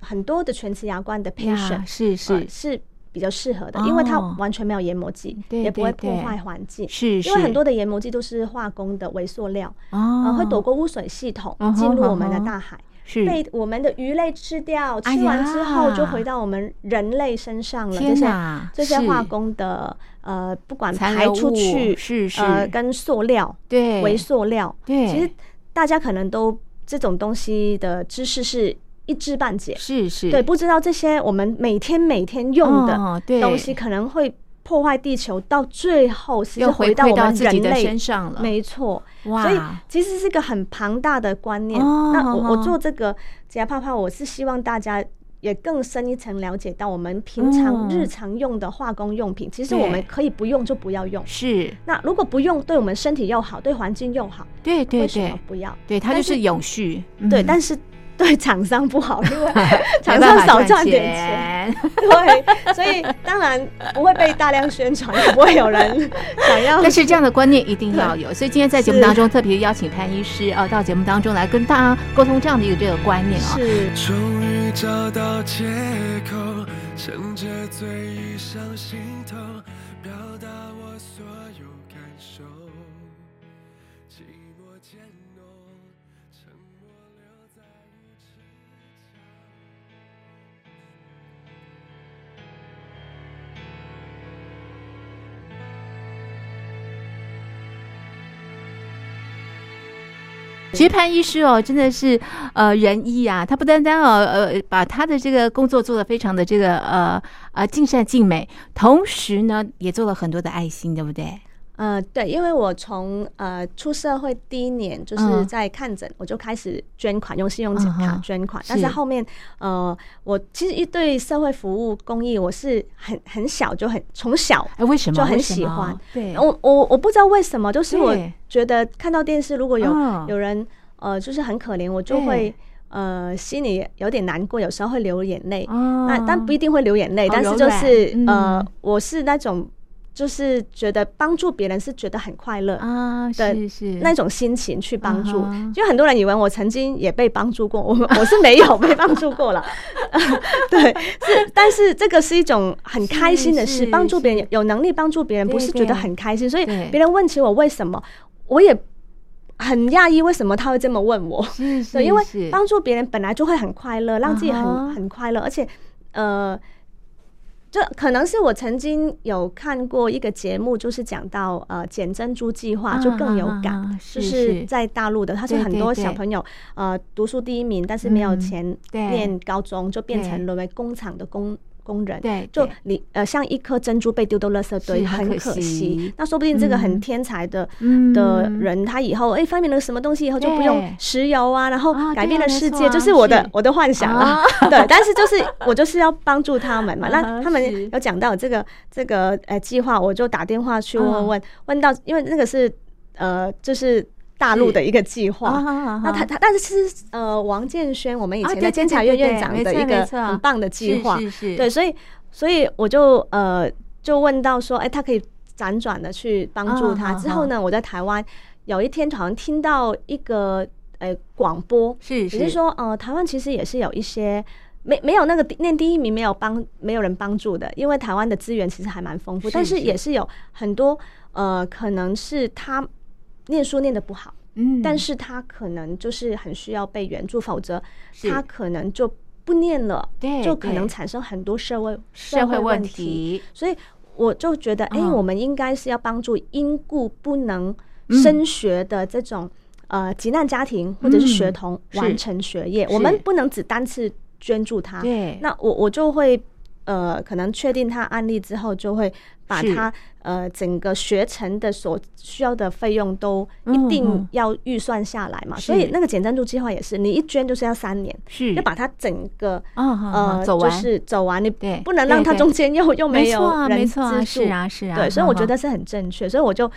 Speaker 2: 很多的全瓷牙冠的
Speaker 1: 呀
Speaker 2: patient
Speaker 1: 是
Speaker 2: 呃
Speaker 1: 是
Speaker 2: 是比较适合的，
Speaker 1: 哦
Speaker 2: 因为它完全没有研磨剂，
Speaker 1: 对
Speaker 2: 也不会
Speaker 1: 对
Speaker 2: 破
Speaker 1: 对
Speaker 2: 坏环境。
Speaker 1: 是，
Speaker 2: 因为很
Speaker 1: 是
Speaker 2: 多的研磨剂都是化工的微塑料，呃，
Speaker 1: 哦，
Speaker 2: 会躲过污水系统
Speaker 1: 嗯，哼
Speaker 2: 进入我们的
Speaker 1: 嗯哼
Speaker 2: 大海，
Speaker 1: 是
Speaker 2: 被我们的鱼类吃掉，
Speaker 1: 哎
Speaker 2: 吃完之后就
Speaker 1: 呀
Speaker 2: 回到我们人类身上了。这
Speaker 1: 哎天
Speaker 2: 些
Speaker 1: 哪
Speaker 2: 这些化
Speaker 1: 是
Speaker 2: 工的呃，不管
Speaker 1: 残
Speaker 2: 排
Speaker 1: 留
Speaker 2: 出
Speaker 1: 物
Speaker 2: 去
Speaker 1: 是是
Speaker 2: 呃，跟塑料、
Speaker 1: 对
Speaker 2: 微塑料，
Speaker 1: 对，
Speaker 2: 其实大家可能都这种东西的知识是一知半解，
Speaker 1: 是是
Speaker 2: 对，不知道这些我们每天每天用的
Speaker 1: 哦对
Speaker 2: 东西可能会破坏地球，到最后是
Speaker 1: 又回
Speaker 2: 回到我
Speaker 1: 到
Speaker 2: 们
Speaker 1: 自己
Speaker 2: 人
Speaker 1: 的
Speaker 2: 类
Speaker 1: 身上了，
Speaker 2: 没错，
Speaker 1: 哇
Speaker 2: 所以其实是个很庞大的观念。
Speaker 1: 哦
Speaker 2: 那我我
Speaker 1: 哦
Speaker 2: 做这个解压泡泡，我是希望大家也更深一层了解到，我们平
Speaker 1: 嗯
Speaker 2: 常日常用的化工用品，其实
Speaker 1: 对
Speaker 2: 我们可以不用就不要用。
Speaker 1: 是
Speaker 2: 那如果不用，对我们身体又好，对环境又好，
Speaker 1: 对对
Speaker 2: 为什么
Speaker 1: 对
Speaker 2: 不要？
Speaker 1: 对，它就
Speaker 2: 但
Speaker 1: 是
Speaker 2: 是
Speaker 1: 永续，
Speaker 2: 对，
Speaker 1: 嗯
Speaker 2: 但是对厂商不好，因
Speaker 1: (laughs)
Speaker 2: 为
Speaker 1: 没办
Speaker 2: 厂商
Speaker 1: 法
Speaker 2: 少赚点钱。
Speaker 1: 钱， (laughs)
Speaker 2: (laughs) 对，所以当然不会被大量宣传，也不会
Speaker 1: (laughs)
Speaker 2: 有人想要。
Speaker 1: 但是这样的观念一定要有，所以今天在节目当中特别邀请潘医师啊到节目当中来跟大家沟通这样的一个这个观念啊。
Speaker 2: 是。
Speaker 4: 终于找到借口，趁着醉意上心头，表达我所有感受。寂寞渐浓，沉默留在无知角落。
Speaker 1: 其实潘医师哦，真的是呃仁医啊，他不单单哦呃把他的这个工作做得非常的这个呃呃尽善尽美，同时呢也做了很多的爱心，对不对？
Speaker 2: 呃，对，因为我从呃出社会第一年就
Speaker 1: 嗯
Speaker 2: 是在看诊，我就开始捐款，用信用卡
Speaker 1: 嗯哼
Speaker 2: 捐款。
Speaker 1: 是
Speaker 2: 但是后面呃，我其实一对社会服务公益，我是很很小就很从小，
Speaker 1: 哎，为什么
Speaker 2: 就很
Speaker 1: 为什么
Speaker 2: 喜欢
Speaker 1: 对，
Speaker 2: 我我我不知道为什么，就是我
Speaker 1: 对
Speaker 2: 觉得看到电视如果有、
Speaker 1: 哎嗯哎
Speaker 2: 有人呃就是很可怜，我就
Speaker 1: 对
Speaker 2: 会呃心里有点难过，有时候会流眼泪。
Speaker 1: 哦
Speaker 2: 那但不一定会流眼泪，
Speaker 1: 好
Speaker 2: 但
Speaker 1: 柔
Speaker 2: 是就是、
Speaker 1: 软
Speaker 2: 呃
Speaker 1: 嗯，
Speaker 2: 我是那种就是觉得帮助别人是觉得很快乐
Speaker 1: 啊，
Speaker 2: 的
Speaker 1: 是是
Speaker 2: 那种心情去帮助
Speaker 1: 啊哈。
Speaker 2: 就很多人以为我曾经也被帮助过， (laughs) 我我是没有被帮助过了。 (laughs) 对，是，但是这个是一种很开心的
Speaker 1: 是
Speaker 2: 事，
Speaker 1: 是
Speaker 2: 帮助别人，有能力帮助别人，
Speaker 1: 对
Speaker 2: 不是觉
Speaker 1: 对
Speaker 2: 得很开心。所以
Speaker 1: 对
Speaker 2: 别人问起我为什么，我也很讶异，为什么他会这么问我。
Speaker 1: 是是
Speaker 2: 对，因为
Speaker 1: 嗯是
Speaker 2: 帮助别人本来就会很快乐，让自己很、
Speaker 1: 啊哈
Speaker 2: 很快乐，而且，呃，这可能是我曾经有看过一个节目，就是讲到呃捡珍珠计划，就更有感，
Speaker 1: 啊啊啊啊是
Speaker 2: 就是
Speaker 1: 是
Speaker 2: 在大陆的，他是
Speaker 1: 对
Speaker 2: 很
Speaker 1: 对
Speaker 2: 多
Speaker 1: 对
Speaker 2: 小朋友呃读书第一名，但是没有
Speaker 1: 嗯
Speaker 2: 钱
Speaker 1: 对
Speaker 2: 念高中，就变
Speaker 1: 对
Speaker 2: 成沦为工厂的工工人，
Speaker 1: 对
Speaker 2: 就
Speaker 1: 对
Speaker 2: 你呃像一颗珍珠被丢到垃圾堆，
Speaker 1: 是很
Speaker 2: 很
Speaker 1: 可
Speaker 2: 可
Speaker 1: 惜
Speaker 2: 那说不定这个
Speaker 1: 嗯
Speaker 2: 很天才的、
Speaker 1: 嗯
Speaker 2: 的人，他以后哎、发明了个什么东西以后就不用
Speaker 1: 对
Speaker 2: 石油啊，然后
Speaker 1: 啊
Speaker 2: 改
Speaker 1: 对
Speaker 2: 变
Speaker 1: 啊
Speaker 2: 了
Speaker 1: 没
Speaker 2: 世
Speaker 1: 错
Speaker 2: 界，
Speaker 1: 啊
Speaker 2: 就是我的
Speaker 1: 是
Speaker 2: 我的幻想
Speaker 1: 啊
Speaker 2: 啊。对，但是就是我就是要帮助他们嘛。
Speaker 1: 啊
Speaker 2: 那他
Speaker 1: 是
Speaker 2: 们有讲到这个这个呃计划，我就打电话去问
Speaker 1: 嗯
Speaker 2: 问问，问到因为那个是呃就是大陆
Speaker 1: 是
Speaker 2: 的一个计划。
Speaker 1: 啊
Speaker 2: 那他他，但是是呃，王建轩，我们以
Speaker 1: 啊
Speaker 2: 前
Speaker 1: 对
Speaker 2: 的
Speaker 1: 对
Speaker 2: 监察
Speaker 1: 对
Speaker 2: 院
Speaker 1: 对
Speaker 2: 院长
Speaker 1: 没
Speaker 2: 的
Speaker 1: 错
Speaker 2: 一
Speaker 1: 没
Speaker 2: 个
Speaker 1: 错
Speaker 2: 很棒的计划，
Speaker 1: 是是是
Speaker 2: 对，所以所以我就呃就问到说，哎，他可以辗转的去帮助他。
Speaker 1: 啊
Speaker 2: 之后呢，我在台湾有一天好像听到一个呃广播，
Speaker 1: 是
Speaker 2: 也是说呃台湾其实也是有一些。没没有那个念第一名没有帮没有人帮助的，因为台湾的资源其实还蛮丰富，
Speaker 1: 是
Speaker 2: 但
Speaker 1: 是
Speaker 2: 是也是有很多呃可能是他念书念得不好，
Speaker 1: 嗯，
Speaker 2: 但是他可能就是很需要被援助，否则
Speaker 1: 是
Speaker 2: 他可能就不念了，
Speaker 1: 对
Speaker 2: 就可
Speaker 1: 对
Speaker 2: 能产生很多社会
Speaker 1: 社会
Speaker 2: 会
Speaker 1: 问
Speaker 2: 题。
Speaker 1: 题
Speaker 2: 所以我就觉得，哎、
Speaker 1: 嗯
Speaker 2: 我们应该是要帮助因故不能
Speaker 1: 嗯
Speaker 2: 升学的这种、呃急难家庭或者是学童
Speaker 1: 嗯是
Speaker 2: 完成学业，
Speaker 1: 是
Speaker 2: 我们不能只单次捐助他。
Speaker 1: 啊对
Speaker 2: 那我我就会呃，可能确定他案例之后，就会把
Speaker 1: 是
Speaker 2: 它呃整个学程的所需要的费用都
Speaker 1: 嗯
Speaker 2: 一定
Speaker 1: 嗯
Speaker 2: 要预算下来嘛。
Speaker 1: 是
Speaker 2: 所以那个简赞助计划也是，你一捐就是要三年，
Speaker 1: 是
Speaker 2: 要把它整个
Speaker 1: 啊好好
Speaker 2: 呃
Speaker 1: 走
Speaker 2: 就
Speaker 1: 完
Speaker 2: 是走完，你
Speaker 1: 对
Speaker 2: 不能
Speaker 1: 对
Speaker 2: 让它
Speaker 1: 对
Speaker 2: 中间又又
Speaker 1: 没
Speaker 2: 有
Speaker 1: 错啊，
Speaker 2: 人
Speaker 1: 没错啊，
Speaker 2: 资
Speaker 1: 是
Speaker 2: 助
Speaker 1: 啊，是啊，
Speaker 2: 对，所以我觉
Speaker 1: 哈
Speaker 2: 得是很正确，所以我就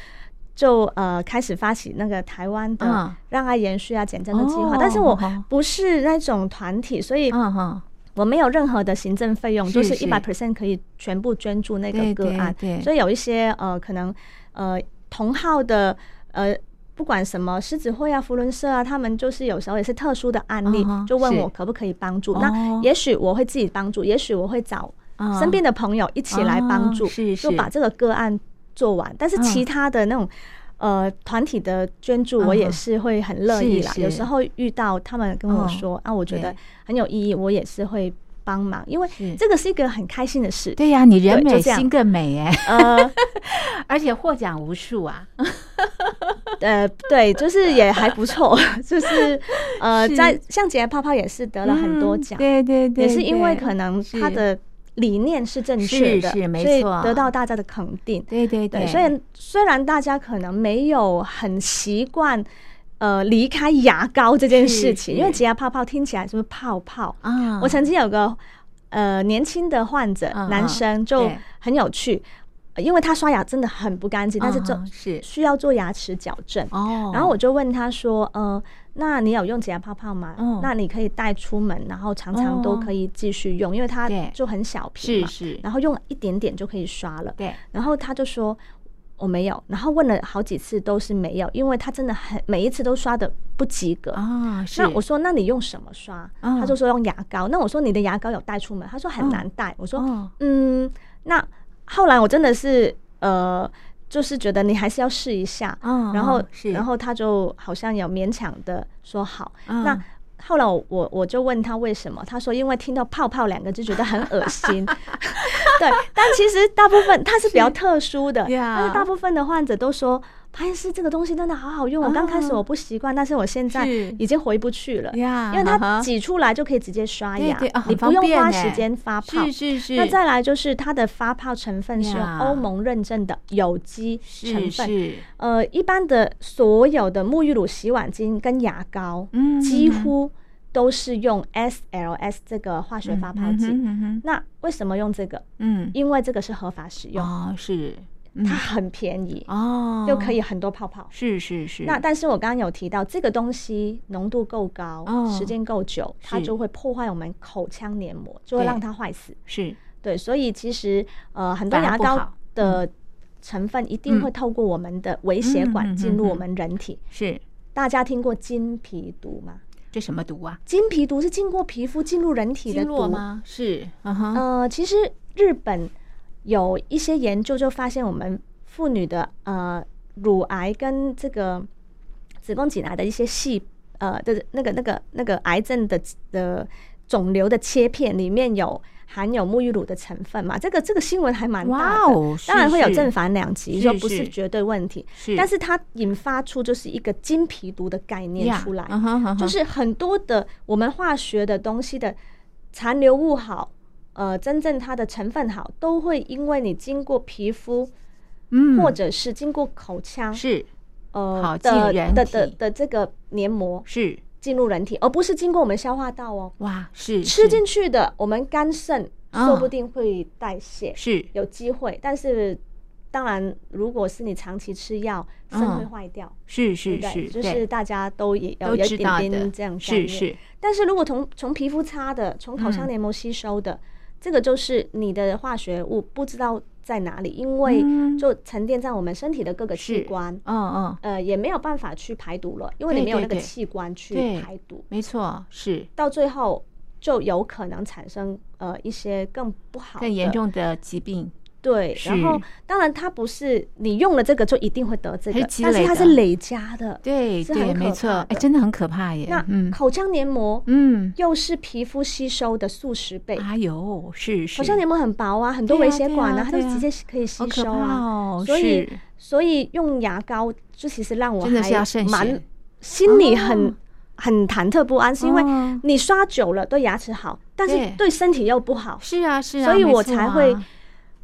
Speaker 2: 就呃开始发起那个台湾的
Speaker 1: 嗯
Speaker 2: 让爱延续啊简政的计划，
Speaker 1: 哦
Speaker 2: 但是我
Speaker 1: 好好
Speaker 2: 不是那种团体，所以
Speaker 1: 哈嗯哈，
Speaker 2: 我没有任何的行政费用，就是是
Speaker 1: 是
Speaker 2: 一百 percent 可以全部捐助那
Speaker 1: 对
Speaker 2: 个个案，
Speaker 1: 对对
Speaker 2: 所以有一些呃可能呃同号的呃。不管什么狮子会啊、福伦社啊，他们就是有时候也是特殊的案例
Speaker 1: 嗯哼
Speaker 2: 就问
Speaker 1: 是
Speaker 2: 我可不可以帮助。
Speaker 1: 哦
Speaker 2: 那也许我会自己帮助，也许我会找
Speaker 1: 嗯
Speaker 2: 身边的朋友一起来帮助，
Speaker 1: 哦是
Speaker 2: 就把
Speaker 1: 是
Speaker 2: 这个个案做完。但是
Speaker 1: 嗯
Speaker 2: 其他的那种、呃团体的捐助，我也是会很乐意
Speaker 1: 嗯
Speaker 2: 啦。
Speaker 1: 是是嗯
Speaker 2: 有时候遇到他们跟我说、啊，我觉得
Speaker 1: 对
Speaker 2: 很有意义，我也是会帮忙，因为
Speaker 1: 是
Speaker 2: 这个是一个很开心的事。
Speaker 1: 对呀、你人
Speaker 2: 对就
Speaker 1: 美
Speaker 2: 这样
Speaker 1: 心更美
Speaker 2: (laughs)
Speaker 1: 哎，
Speaker 2: 呃
Speaker 1: 而且获奖无数啊，
Speaker 2: 呃，对，就是也还不错， (laughs) 就是呃，
Speaker 1: 是
Speaker 2: 在像杰泡泡也是得了很多
Speaker 1: 嗯
Speaker 2: 奖，
Speaker 1: 对对对，
Speaker 2: 也是因为
Speaker 1: 对
Speaker 2: 可能
Speaker 1: 是
Speaker 2: 他的理念是正确的，
Speaker 1: 是是没
Speaker 2: 所以
Speaker 1: 错
Speaker 2: 得到大家的肯定。
Speaker 1: 对对
Speaker 2: 对，虽然虽然大家可能没有很习惯，呃，离开牙膏这件事
Speaker 1: 是
Speaker 2: 情，
Speaker 1: 是
Speaker 2: 因为挤牙泡泡听起来就是泡泡。
Speaker 1: 啊，
Speaker 2: 我曾经有个呃年轻的患者，
Speaker 1: 嗯嗯
Speaker 2: 男生就
Speaker 1: 对
Speaker 2: 很有趣，呃因为他刷牙真的很不干净，但是
Speaker 1: 啊
Speaker 2: 这
Speaker 1: 是
Speaker 2: 需要做牙齿矫正。
Speaker 1: 哦，
Speaker 2: 然后我就问他说：“呃，那你有用挤牙泡泡吗？
Speaker 1: 嗯
Speaker 2: 那你可以带出门，然后常常
Speaker 1: 哦
Speaker 2: 都可以继续用，因为它
Speaker 1: 对
Speaker 2: 就很小瓶
Speaker 1: 是
Speaker 2: 嘛，
Speaker 1: 是，
Speaker 2: 然后用一点点就可以刷了。
Speaker 1: 对
Speaker 2: 然后他就说我没有，然后问了好几次都是没有，因为他真的很每一次都刷的不及格。
Speaker 1: 啊，是
Speaker 2: 那我说，那你用什么刷？
Speaker 1: 嗯
Speaker 2: 他就说用牙膏。那我说你的牙膏有带出门？他说很难带。我说
Speaker 1: 哦
Speaker 2: 嗯，那后来我真的是呃，就是觉得你还是要试一下。
Speaker 1: 哦
Speaker 2: 然后
Speaker 1: 哦是，
Speaker 2: 然后他就好像有勉强的说好。
Speaker 1: 嗯
Speaker 2: 那后来我我我就问他为什么，他说因为听到“泡泡”两个字觉得很恶心。
Speaker 1: (laughs)
Speaker 2: 对，但其实大部分它是比较特殊的，
Speaker 1: 呀
Speaker 2: 但是大部分的患者都说。潘医师，这个东西真的好好用。我刚开始我不习惯，但是我现在
Speaker 1: 啊是
Speaker 2: 已经回不去了，
Speaker 1: 呀
Speaker 2: 因为
Speaker 1: 哈哈
Speaker 2: 它挤出来就可以直接刷
Speaker 1: 对
Speaker 2: 牙
Speaker 1: 对啊，很
Speaker 2: 你
Speaker 1: 方
Speaker 2: 不用
Speaker 1: 便
Speaker 2: 花
Speaker 1: 呢
Speaker 2: 时间发泡。
Speaker 1: 是是是，
Speaker 2: 那再来就是它的发泡成分是用
Speaker 1: 呀
Speaker 2: 欧盟认证的有机
Speaker 1: 是
Speaker 2: 成分，
Speaker 1: 是
Speaker 2: 呃，一般的所有的沐浴乳、洗碗巾跟牙膏，
Speaker 1: 嗯
Speaker 2: 几
Speaker 1: 嗯哼
Speaker 2: 乎都是用 SLS 这个化学发泡剂。
Speaker 1: 嗯哼嗯哼
Speaker 2: 那为什么用这个？
Speaker 1: 嗯
Speaker 2: 因为这个是合法使用，
Speaker 1: 哦是，
Speaker 2: 它
Speaker 1: 嗯
Speaker 2: 很便宜，
Speaker 1: 哦
Speaker 2: 啊又可以很多泡泡。
Speaker 1: 是是是，
Speaker 2: 那但是我刚刚有提到，这个东西浓度够高，
Speaker 1: 哦
Speaker 2: 时间够久，它
Speaker 1: 是
Speaker 2: 就会破坏我们口腔黏膜，就会
Speaker 1: 对
Speaker 2: 让它坏死。
Speaker 1: 是
Speaker 2: 对，所以其实呃，很多
Speaker 1: 反而
Speaker 2: 牙
Speaker 1: 不
Speaker 2: 膏
Speaker 1: 好
Speaker 2: 的成分一定
Speaker 1: 嗯
Speaker 2: 会透过我们的微血
Speaker 1: 嗯嗯
Speaker 2: 管进
Speaker 1: 嗯
Speaker 2: 入我
Speaker 1: 嗯
Speaker 2: 们人体。
Speaker 1: 是，
Speaker 2: 大家听过金皮毒吗？
Speaker 1: 这什么毒啊？
Speaker 2: 金皮毒是经过皮肤进入人体的
Speaker 1: 经络
Speaker 2: 毒？
Speaker 1: 吗？是，嗯哼，
Speaker 2: 呃，其实日本有一些研究就发现，我们妇女的呃乳癌跟这个子宫颈癌的一些细呃的那个那个那个癌症的的肿瘤的切片里面有含有沐浴乳的成分嘛？这个这个新闻还蛮大
Speaker 1: 哇
Speaker 2: 的。
Speaker 1: 哦，
Speaker 2: 当然会有正
Speaker 1: 法，
Speaker 2: 反两极，
Speaker 1: 是
Speaker 2: 说不
Speaker 1: 是
Speaker 2: 是绝对问题，
Speaker 1: 是
Speaker 2: 但是它引发出就是一个金皮毒的概念
Speaker 1: 呀
Speaker 2: 出来。
Speaker 1: 嗯哼嗯
Speaker 2: 就
Speaker 1: 哼
Speaker 2: 是很多的我们化学的东西的残留物好，呃，真正它的成分好，都会因为你经过皮肤、
Speaker 1: 嗯
Speaker 2: 或者是经过口腔，
Speaker 1: 是跑
Speaker 2: 呃
Speaker 1: 进
Speaker 2: 的
Speaker 1: 人
Speaker 2: 的的
Speaker 1: 体
Speaker 2: 的这个黏膜
Speaker 1: 是
Speaker 2: 进入人体，而不是经过我们消化道哦。
Speaker 1: 哇是
Speaker 2: 吃
Speaker 1: 是
Speaker 2: 进去的，我们肝肾
Speaker 1: 啊
Speaker 2: 说不定会代谢，
Speaker 1: 是
Speaker 2: 有机会。但是，当然，如果是你长期吃药，肾
Speaker 1: 嗯
Speaker 2: 会坏掉，
Speaker 1: 是
Speaker 2: 对
Speaker 1: 是
Speaker 2: 不对？
Speaker 1: 是，
Speaker 2: 就是
Speaker 1: 对
Speaker 2: 大家都也有
Speaker 1: 都
Speaker 2: 有
Speaker 1: 知
Speaker 2: 一
Speaker 1: 道
Speaker 2: 点
Speaker 1: 的
Speaker 2: 点这样概
Speaker 1: 是
Speaker 2: 念。
Speaker 1: 是
Speaker 2: 但是如果从从皮肤擦的，从口腔
Speaker 1: 嗯
Speaker 2: 黏膜吸收的，这个就是你的化学物不知道在哪里，因为
Speaker 1: 嗯
Speaker 2: 就沉淀在我们身体的各个器
Speaker 1: 是，
Speaker 2: 官，
Speaker 1: 嗯嗯，
Speaker 2: 呃，也没有办法去排毒了，因为
Speaker 1: 对
Speaker 2: 你没有
Speaker 1: 对
Speaker 2: 那个
Speaker 1: 对
Speaker 2: 器官去
Speaker 1: 对
Speaker 2: 排毒，
Speaker 1: 没错是。
Speaker 2: 到最后就有可能产生呃一些更不好、
Speaker 1: 更严。重的疾病，
Speaker 2: 对，然后
Speaker 1: 是
Speaker 2: 当然它不是你用了这个就一定会得这
Speaker 1: 它
Speaker 2: 个
Speaker 1: 是积，
Speaker 2: 但是
Speaker 1: 累
Speaker 2: 它
Speaker 1: 的
Speaker 2: 是累加的。
Speaker 1: 对
Speaker 2: 是
Speaker 1: 对，
Speaker 2: 很
Speaker 1: 没
Speaker 2: 可
Speaker 1: 错，
Speaker 2: 怕
Speaker 1: 哎，
Speaker 2: 的
Speaker 1: 真的很可怕耶。
Speaker 2: 那
Speaker 1: 嗯
Speaker 2: 口腔黏膜
Speaker 1: 嗯，
Speaker 2: 又是皮肤吸收的数十倍，
Speaker 1: 哎呦，是是，
Speaker 2: 口腔黏膜很薄啊，很多
Speaker 1: 对啊
Speaker 2: 微血管
Speaker 1: 对啊
Speaker 2: 它都
Speaker 1: 对啊
Speaker 2: 直接可以
Speaker 1: 好
Speaker 2: 吸
Speaker 1: 可
Speaker 2: 收
Speaker 1: 怕
Speaker 2: 啊。
Speaker 1: 哦，
Speaker 2: 所以
Speaker 1: 是，
Speaker 2: 所以用牙膏就其实让我
Speaker 1: 真的是要
Speaker 2: 还
Speaker 1: 慎
Speaker 2: 蛮
Speaker 1: 选
Speaker 2: 心里很、
Speaker 1: 哦
Speaker 2: 很忐忑不安，是因为
Speaker 1: 哦
Speaker 2: 你刷久了对牙齿好，但
Speaker 1: 对
Speaker 2: 是对身体又不好，
Speaker 1: 是啊是啊，
Speaker 2: 所以
Speaker 1: 没
Speaker 2: 我
Speaker 1: 错
Speaker 2: 才会
Speaker 1: 啊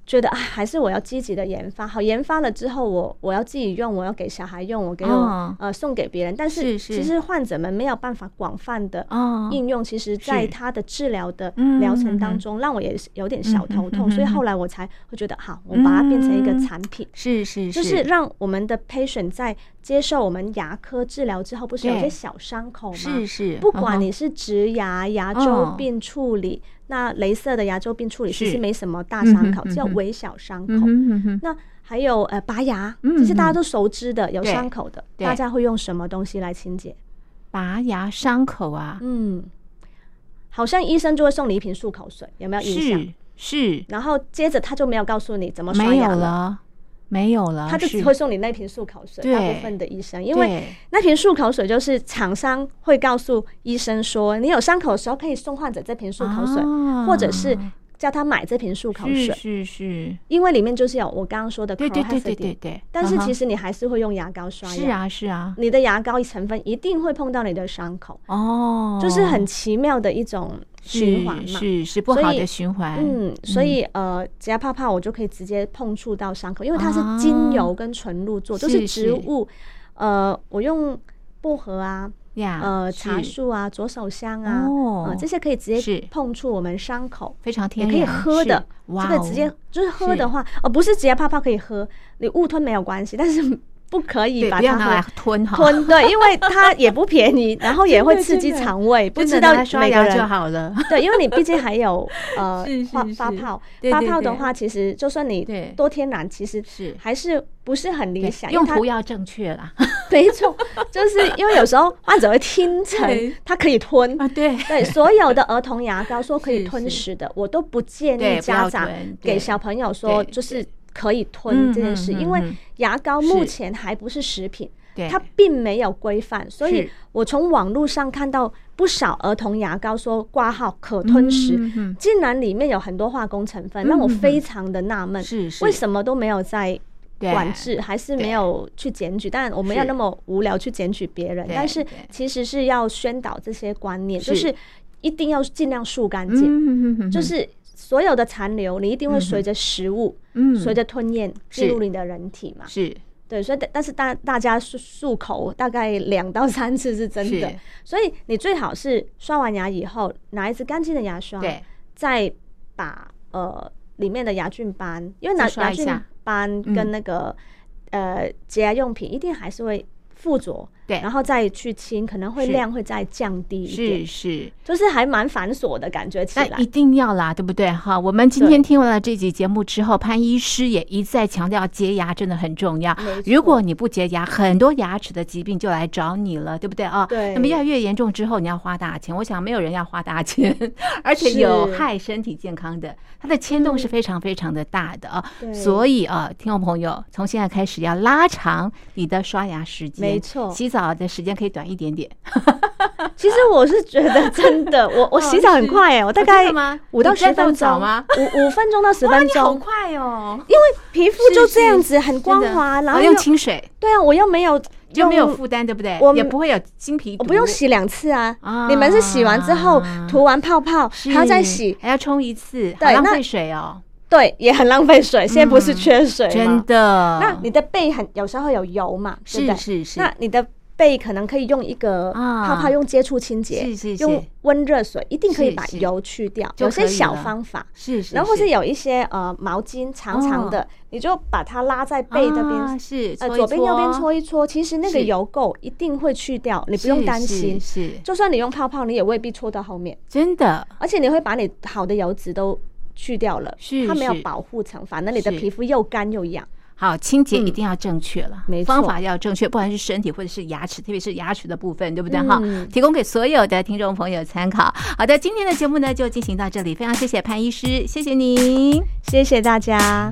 Speaker 2: 觉得啊，还是我要积极的研发。好，研发了之后我，我要自己用，我要给小孩用，我给我、
Speaker 1: 哦
Speaker 2: 呃送给别人。但
Speaker 1: 是
Speaker 2: 是
Speaker 1: 是
Speaker 2: 其实患者们没有办法广泛的
Speaker 1: 哦，
Speaker 2: 应用，其实在
Speaker 1: 是
Speaker 2: 他的治疗的
Speaker 1: 嗯
Speaker 2: 疗
Speaker 1: 嗯
Speaker 2: 程
Speaker 1: 嗯
Speaker 2: 当中，让我也是有点小头
Speaker 1: 嗯嗯
Speaker 2: 痛。
Speaker 1: 嗯
Speaker 2: 所以
Speaker 1: 嗯
Speaker 2: 后来我才会觉得，好，我把它变成一个
Speaker 1: 嗯
Speaker 2: 产品。
Speaker 1: 是是，
Speaker 2: 就是是让我们的 patient 在接受我们牙科治疗之后，不是有
Speaker 1: 对
Speaker 2: 些小伤口吗？
Speaker 1: 是是，
Speaker 2: 不
Speaker 1: 嗯
Speaker 2: 管
Speaker 1: 哼
Speaker 2: 你是植牙、牙周病处理，那镭射的牙周病处理
Speaker 1: 是
Speaker 2: 其实没什么大伤口
Speaker 1: 嗯哼，嗯哼
Speaker 2: 叫微小伤口。
Speaker 1: 嗯哼嗯哼
Speaker 2: 那还有呃拔牙，
Speaker 1: 嗯
Speaker 2: 这些大家都熟知的，有
Speaker 1: 对
Speaker 2: 伤口的，
Speaker 1: 对
Speaker 2: 大家会用什么东西来清洁？
Speaker 1: 拔牙伤口啊，
Speaker 2: 嗯，好像医生就会送你一瓶漱口水，有没有印象？
Speaker 1: 是是
Speaker 2: 然后接着他就没有告诉你怎么刷
Speaker 1: 没有
Speaker 2: 牙
Speaker 1: 了，没有了，
Speaker 2: 他就是只会送你那瓶漱口水。
Speaker 1: 对
Speaker 2: 大部分的医生，因为
Speaker 1: 对
Speaker 2: 那瓶漱口水就是厂商会告诉医生说，你有伤口的时候可以送患者这瓶漱口水，
Speaker 1: 啊
Speaker 2: 或者是叫他买这瓶漱口水，
Speaker 1: 是是是，
Speaker 2: 因为里面就是有我刚刚说的 c
Speaker 1: 对
Speaker 2: h
Speaker 1: 对
Speaker 2: l
Speaker 1: 对对对对，
Speaker 2: 但是
Speaker 1: 嗯
Speaker 2: 其
Speaker 1: 哼
Speaker 2: 实哎你还是会用牙膏刷牙，
Speaker 1: 是，啊是啊，
Speaker 2: 你的牙膏成分一定会碰到你的伤口，
Speaker 1: 哦，
Speaker 2: 就是很奇妙的一种循环
Speaker 1: 是
Speaker 2: 嘛。
Speaker 1: 是是不
Speaker 2: 所
Speaker 1: 好
Speaker 2: 以
Speaker 1: 的循环，
Speaker 2: 嗯，所以呃，只要泡泡我就可以直接碰触到伤口，因为它是精油跟纯露做，
Speaker 1: 啊
Speaker 2: 都
Speaker 1: 是
Speaker 2: 是植物。呃，我用薄荷啊，
Speaker 1: 呀，
Speaker 2: 呃，茶
Speaker 1: 是
Speaker 2: 树啊，左手香啊，
Speaker 1: 哦
Speaker 2: 呃这些可以直
Speaker 1: 是
Speaker 2: 接碰触我们伤口，
Speaker 1: 非常天
Speaker 2: 也可
Speaker 1: 然，
Speaker 2: 以喝
Speaker 1: 是
Speaker 2: 的。
Speaker 1: 哇哦，
Speaker 2: 这个直接就是喝
Speaker 1: 是
Speaker 2: 的话，哦，不是直接泡泡可以喝，你误吞没有关系，但是不可以
Speaker 1: 对，
Speaker 2: 把
Speaker 1: 不要拿来
Speaker 2: 它喝。
Speaker 1: 吞哈，
Speaker 2: 吞对，因为它也不
Speaker 1: (laughs)
Speaker 2: 便宜，然后也会
Speaker 1: 真的
Speaker 2: 刺激
Speaker 1: 真的
Speaker 2: 肠胃，不
Speaker 1: 真
Speaker 2: 知
Speaker 1: 的
Speaker 2: 道
Speaker 1: 拿来刷
Speaker 2: 每个
Speaker 1: 牙就
Speaker 2: 人
Speaker 1: 好了，
Speaker 2: (laughs) 对，因为你毕竟还有
Speaker 1: (laughs)
Speaker 2: 呃
Speaker 1: 是是
Speaker 2: 发发
Speaker 1: 是
Speaker 2: 泡
Speaker 1: 对，
Speaker 2: 发
Speaker 1: 对
Speaker 2: 泡的
Speaker 1: 对
Speaker 2: 话，其实就算你
Speaker 1: 对
Speaker 2: 多天然，其实
Speaker 1: 是
Speaker 2: 还是不是很理
Speaker 1: 对
Speaker 2: 想。因为
Speaker 1: 用
Speaker 2: 它啊
Speaker 1: 途要正确啦，
Speaker 2: 没
Speaker 1: (laughs)
Speaker 2: 错，就是因为有时候患者会听成
Speaker 1: 对
Speaker 2: 它可以吞。
Speaker 1: 啊对
Speaker 2: (laughs) 对，所有的儿童牙膏说可
Speaker 1: 是
Speaker 2: 以
Speaker 1: 是
Speaker 2: 吞食的，我都不建
Speaker 1: 对
Speaker 2: 议
Speaker 1: 不要
Speaker 2: 家长
Speaker 1: 吞对
Speaker 2: 给小朋友说
Speaker 1: 对
Speaker 2: 就是可以吞这件事，
Speaker 1: 嗯嗯嗯
Speaker 2: 因为
Speaker 1: 嗯
Speaker 2: 牙膏目
Speaker 1: 是
Speaker 2: 前还不是食品，
Speaker 1: 对，
Speaker 2: 它并没有规范，所以
Speaker 1: 是
Speaker 2: 我从网络上看到不少儿童牙膏说挂号可吞食，
Speaker 1: 嗯嗯嗯
Speaker 2: 竟然里面有很多化工成分，让我
Speaker 1: 嗯嗯嗯
Speaker 2: 非常的纳闷，
Speaker 1: 是是
Speaker 2: 呃为什么都没有在
Speaker 1: 对
Speaker 2: 管制，还是
Speaker 1: 对
Speaker 2: 没有去检举？但我们
Speaker 1: 是
Speaker 2: 要那么无聊去检举别人
Speaker 1: 对，
Speaker 2: 但是
Speaker 1: 对
Speaker 2: 其实是要宣导这些观念，
Speaker 1: 是
Speaker 2: 就是一定要尽量漱干净，
Speaker 1: 嗯嗯嗯嗯
Speaker 2: 就
Speaker 1: 嗯
Speaker 2: 是所有的残留，你一定
Speaker 1: 嗯
Speaker 2: 会
Speaker 1: 哼
Speaker 2: 随着食物、
Speaker 1: 嗯
Speaker 2: 随着吞咽
Speaker 1: 是
Speaker 2: 进入你的人体嘛。
Speaker 1: 是
Speaker 2: 对，所以但是大大家漱漱口大概两到三次是真的
Speaker 1: 是，
Speaker 2: 所以你最好是刷完牙以后拿一支干净的牙刷，
Speaker 1: 对，
Speaker 2: 再把呃里面的牙菌斑，因为
Speaker 1: 再
Speaker 2: 拿
Speaker 1: 刷
Speaker 2: 牙
Speaker 1: 一
Speaker 2: 菌
Speaker 1: 下
Speaker 2: 斑
Speaker 1: 嗯
Speaker 2: 跟那个、呃洁牙用品一定还是会附着，
Speaker 1: 对
Speaker 2: 然后再去清，可能会
Speaker 1: 是
Speaker 2: 量会再降低一
Speaker 1: 是
Speaker 2: 点，
Speaker 1: 是。
Speaker 2: 就是还蛮繁琐的感觉起来
Speaker 1: 那一。定要啦，对不对？哈，我们今天听完了这集节目之后，潘医师也一再强调，洁牙真的很重要。
Speaker 2: 没错
Speaker 1: 如果你不洁牙，很多牙齿的疾病就来找你了，对不对啊？
Speaker 2: 对
Speaker 1: 那么越来越严重之后，你要花大钱，我想没有人要花大钱， (laughs) 而且
Speaker 2: 是
Speaker 1: 有害身体健康的，它的牵动是非常非常的大的啊。
Speaker 2: 对
Speaker 1: 所以啊，听众朋友，从现在开始要拉长你的刷牙时间，
Speaker 2: 没错
Speaker 1: 洗澡的时间可以短一点点。
Speaker 2: 其实我是觉得真的，我
Speaker 1: (laughs)
Speaker 2: 我洗澡很快哎、我大
Speaker 1: 哦哦真的
Speaker 2: 概
Speaker 1: 吗
Speaker 2: 五到
Speaker 1: 你在
Speaker 2: 十
Speaker 1: 泡
Speaker 2: 分
Speaker 1: 澡
Speaker 2: 钟
Speaker 1: 吗？
Speaker 2: 五五分钟到十分钟，
Speaker 1: 快哦，
Speaker 2: 因为皮肤就这样子很光
Speaker 1: 真的
Speaker 2: 滑，然
Speaker 1: 哦
Speaker 2: 后又
Speaker 1: 用清水。
Speaker 2: 对啊，我又没有
Speaker 1: 就没有
Speaker 2: 用
Speaker 1: 负担，对不对
Speaker 2: 我？
Speaker 1: 也不会有金皮
Speaker 2: 我
Speaker 1: 毒，
Speaker 2: 不用洗两次啊
Speaker 1: 啊，
Speaker 2: 你们是洗完之后涂完泡泡
Speaker 1: 是，
Speaker 2: 还要再洗，
Speaker 1: 还要冲一次，
Speaker 2: 对
Speaker 1: 好浪
Speaker 2: 那
Speaker 1: 费水哦，
Speaker 2: 对，也很浪费水。现在不是缺水
Speaker 1: 嗯真
Speaker 2: 吗？
Speaker 1: 的。
Speaker 2: 那你的背很有时候有油嘛，对不
Speaker 1: 是
Speaker 2: 对？
Speaker 1: 是是，
Speaker 2: 那你的背可能可以用一个
Speaker 1: 啊
Speaker 2: 泡泡用接触清洁，
Speaker 1: 是是是
Speaker 2: 用温热水一定可以把
Speaker 1: 是是
Speaker 2: 油去掉，
Speaker 1: 就
Speaker 2: 有
Speaker 1: 可
Speaker 2: 些
Speaker 1: 以
Speaker 2: 小
Speaker 1: 了
Speaker 2: 方法。
Speaker 1: 是是，哦
Speaker 2: 然后或是有一些呃毛巾长长的，你就把它拉在背那边，
Speaker 1: 啊是
Speaker 2: 呃
Speaker 1: 搓一
Speaker 2: 左边右边
Speaker 1: 搓
Speaker 2: 搓一搓，其实那个
Speaker 1: 是
Speaker 2: 油垢一定会去掉，你不用
Speaker 1: 是
Speaker 2: 担
Speaker 1: 是
Speaker 2: 心。
Speaker 1: 是
Speaker 2: 就算你用泡泡，你也未必搓到后面，
Speaker 1: 真的
Speaker 2: 而且你会把你好的油脂都去掉了，
Speaker 1: 是
Speaker 2: 它没有
Speaker 1: 是
Speaker 2: 保护层，反正你的
Speaker 1: 是
Speaker 2: 皮肤又干又痒。
Speaker 1: 好，清洁
Speaker 2: 嗯
Speaker 1: 一定要正确了，
Speaker 2: 没
Speaker 1: 方
Speaker 2: 错
Speaker 1: 法要正确，不管是身体或者是牙齿，特别是牙齿的部分，对不对哈、
Speaker 2: 嗯
Speaker 1: 提供给所有的听众朋友参考。好的，今天的节目呢就进行到这里，非常谢谢潘医师，谢谢您。
Speaker 2: 谢谢大家。